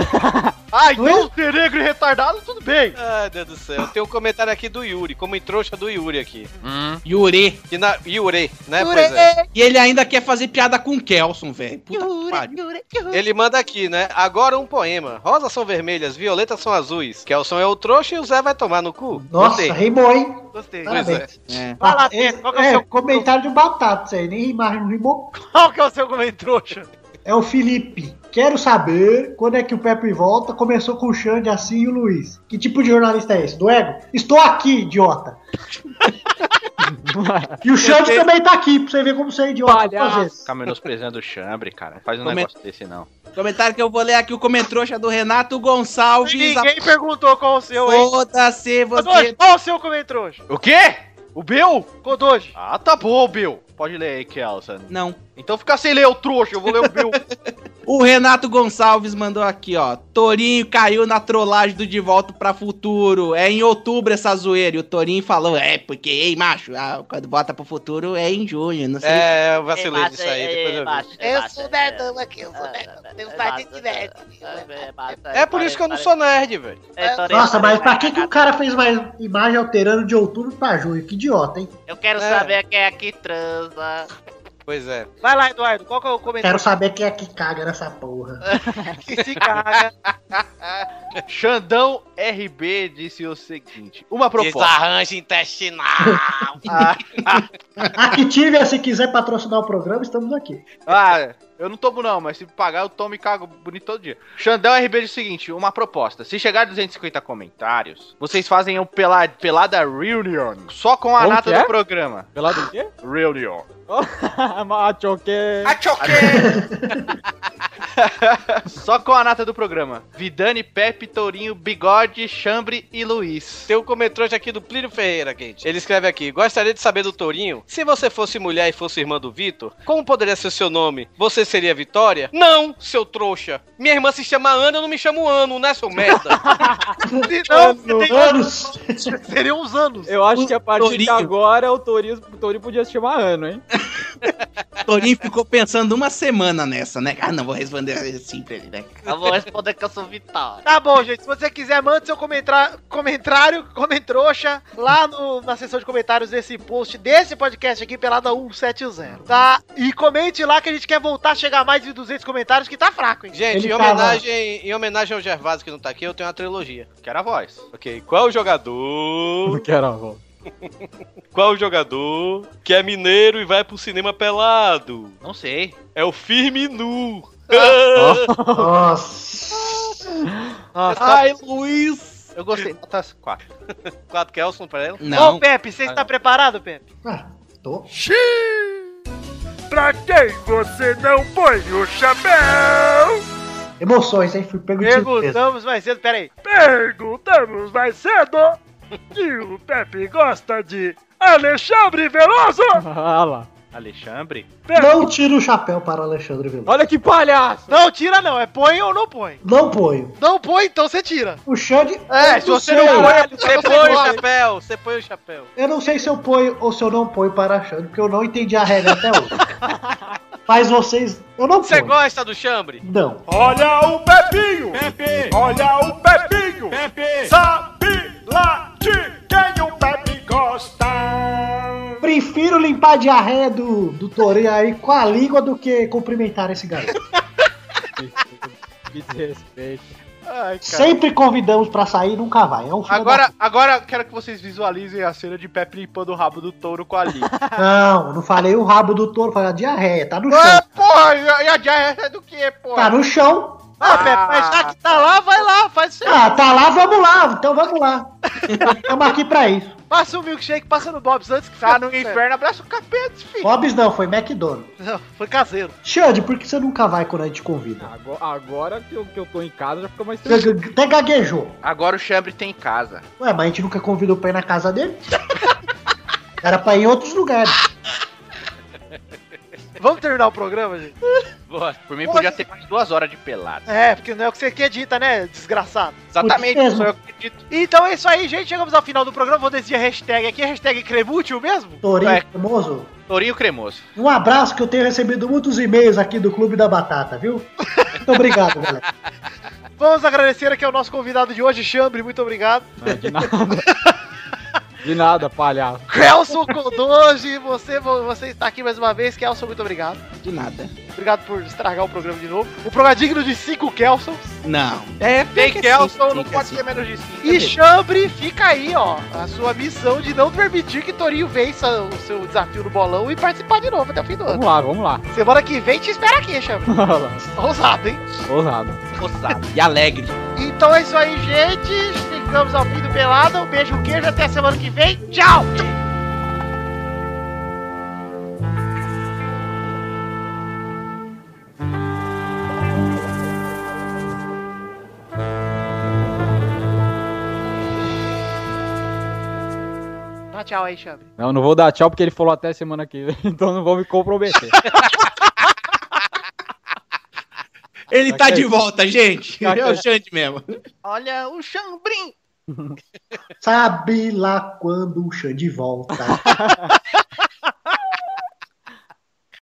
Ah, então ser negro e retardado, tudo bem.
Ai, Deus do céu. Tem um comentário aqui do Yuri, como em trouxa do Yuri aqui.
Uhum.
Yuri.
E na, Yuri, né?
Yure.
Pois é.
E ele ainda quer fazer piada com o Kelson, velho. Puta que pariu.
Ele manda aqui, né? Agora um poema. Rosas são vermelhas, violetas são azuis. Kelson é o trouxa e o Zé vai tomar no cu.
Nossa, rimou, hein?
Gostei.
Pois é.
Parabéns.
É.
Vai lá,
é,
qual que é o
é,
seu-
comentário de batata isso aí, nem rimar, não rimou.
Qual que é o seu comentário, trouxa?
É o Felipe. Quero saber quando é que o Pepe volta. Começou com o Xande assim e o Luiz. Que tipo de jornalista é esse? Do ego? Estou aqui, idiota. e o Xande também tá aqui, pra você ver como você é idiota. duas vezes.
Ficar menosprezando o chambre, cara. Não Faz um
Come-
negócio desse, não.
Comentário que eu vou ler aqui, o comentrouxa do Renato Gonçalves.
Ninguém perguntou qual o seu, hein? Tá
Foda-se
Kodoji,
você.
qual o seu comentário hoje?
O quê? O Bill?
Kodoji.
Ah, tá bom, Bill. Pode ler aí, Kelson.
Não.
Então fica sem ler o trouxa, eu vou ler o Bill.
O Renato Gonçalves mandou aqui, ó. Torinho caiu na trollagem do De Volta pra Futuro. É em outubro essa zoeira. E o Torinho falou, é, porque, ei, macho, ah, quando bota pro futuro é em junho, não sei.
É, eu vacilei disso aí. Depois eu vi.
Eu sou nerdão aqui, eu sou nerdão. Tem um site de nerd.
É por isso que eu não sou nerd, velho.
Nossa, mas
né?
pra que, que o cara fez mais imagem alterando de outubro pra junho? Que idiota, hein?
Eu quero saber quem é que transa.
Pois é.
Vai lá, Eduardo, qual que é o comentário
Quero saber quem é que caga nessa porra.
É. que se caga?
Xandão RB disse o seguinte: Uma proposta.
Desarranjo intestinal.
Activia se quiser patrocinar o programa, estamos aqui.
Ah, eu não tomo não, mas se pagar eu tomo e cago bonito todo dia. Xandão RB diz o seguinte, uma proposta. Se chegar a 250 comentários, vocês fazem um pela, pelada reunion, só com a
Como
nata
que é?
do programa.
Pelado o quê?
Reunion.
Macho que...
só com a nata do programa. Vidani, Pepe, Tourinho, Bigode, Chambre e Luiz.
Tem um comentário aqui do Plínio Ferreira, gente. Ele escreve aqui: Gostaria de saber do Tourinho, se você fosse mulher e fosse irmã do Vitor, como poderia ser seu nome? Você seria Vitória? Não, seu trouxa. Minha irmã se chama Ana, eu não me chamo Ano, né, seu merda?
Se não, você tem
anos.
Seria uns anos.
Eu acho que a partir de
Torinho.
agora o Torinho, o Torinho podia se chamar Ano, hein?
O Torinho ficou pensando uma semana nessa, né? Ah, não, vou responder simples, né?
Eu vou responder que eu sou vital.
Tá bom, gente. Se você quiser, manda seu comentra- comentário, comentrouxa, lá no- na seção de comentários desse post, desse podcast aqui, Pelada 170, tá? E comente lá que a gente quer voltar a chegar a mais de 200 comentários, que tá fraco, hein?
Gente, em homenagem, em homenagem ao Gervásio que não tá aqui, eu tenho uma trilogia.
Quero a voz.
Ok, qual o jogador?
Quero a voz.
Qual o jogador que é mineiro e vai pro cinema pelado?
Não sei.
É o firme nu.
Nossa.
Ai,
Luiz!
Eu gostei. Notas 4.
4 Kelson pra ela?
Ô, Pepe, você está preparado, Pepe?
Ah, Tô.
Pra quem você não põe o chapéu?
Emoções, hein? Fui pego de surpresa.
Perguntamos mais cedo, peraí.
Perguntamos mais cedo. E o Pepe gosta de Alexandre Veloso?
Ah lá.
Alexandre?
Não tira o chapéu para Alexandre Veloso.
Olha que palhaço!
Não tira, não. É põe ou não põe.
Não ponho.
Não põe, então você tira.
O Xande.
É,
eu
se você
sei.
não põe, né?
Você põe o chapéu, você põe o chapéu.
Eu não sei se eu ponho ou se eu não ponho para Xande, porque eu não entendi a regra até hoje. Mas vocês. Eu não
Você
ponho.
gosta do chambre?
Não.
Olha o Pepinho! Olha o Pepinho! Sabe lá de quem o Pepe gosta?
Prefiro limpar a diarreia do, do Torinho aí com a língua do que cumprimentar esse garoto.
Que desrespeito.
Ai,
Sempre convidamos pra sair, nunca vai. É um filho
Agora, agora eu quero que vocês visualizem a cena de Pepe limpando o rabo do touro com a língua.
da- Não, não falei o rabo do touro, falei a diarreia. Tá
Então.
no chão.
Ah, Porra, e a diarreia é do quê, porra?
Tá no chão.
Ah, Pepe, mas já que tá lá, vai lá, faz o seu.
Ah, tá lá, vamos lá. Então vamos lá. Estamos aqui pra isso.
Passa um milkshake, passa no Bob's antes que
Tá
fique
no
tudo certo.
inferno, abraça o capeta, filho.
Bob's não, foi McDonald's.
Não, foi caseiro.
Xande, por que você nunca vai quando a gente convida?
Agora, agora que, eu, que eu tô em casa já fica mais
Você
tranquilo.
g- até gaguejou.
Agora o Chambre tem casa.
Ué, mas a gente nunca convidou pra ir na casa dele. Era pra ir em outros lugares.
Vamos terminar o programa, gente?
Bora. Por mim podia ter mais duas horas de pelada.
É, porque não é o que você acredita, né, desgraçado?
Exatamente,
Putz,
só eu
mesmo.
acredito.
Então é isso aí, gente. Chegamos ao final do programa. Vou decidir a hashtag aqui. Hashtag Cremútil mesmo?
Torinho
É.
famoso.
Tourinho cremoso.
Um abraço que eu tenho recebido muitos e-mails aqui do Clube da Batata, viu? Muito obrigado, galera.
Vamos agradecer aqui ao nosso convidado de hoje, Chambre, muito obrigado.
De nada. De nada, palhaço.
Kelson Kodoji, você, você está aqui mais uma vez. Kelson, muito obrigado.
De nada.
Obrigado por estragar o programa de novo. O programa é digno de 5 Kelsons.
Não.
É,
Tem Kelson, não pode ter menos
de
cinco.
assim. E Chambre, fica aí, ó, a sua missão de não permitir que Torinho vença o seu desafio no bolão e participar de novo até o fim do ano.
Vamos lá, vamos lá.
Semana que vem te espera aqui, Chambre. Ousado, hein?
Ousado.
Ousado. E alegre.
Então é isso aí, gente. Ficamos ao fim do Pelada. Um beijo, um queijo. Até a semana que vem. Tchau! Dá Tchau aí, Chambre.
Não, não vou dar tchau porque ele falou até semana que vem, então não vou me comprometer.
Ele tá
Tá
de
aqui.
volta, gente.
Tá aqui.
É o Xande mesmo.
Olha o chambrim.
Sabe lá quando o Xande volta.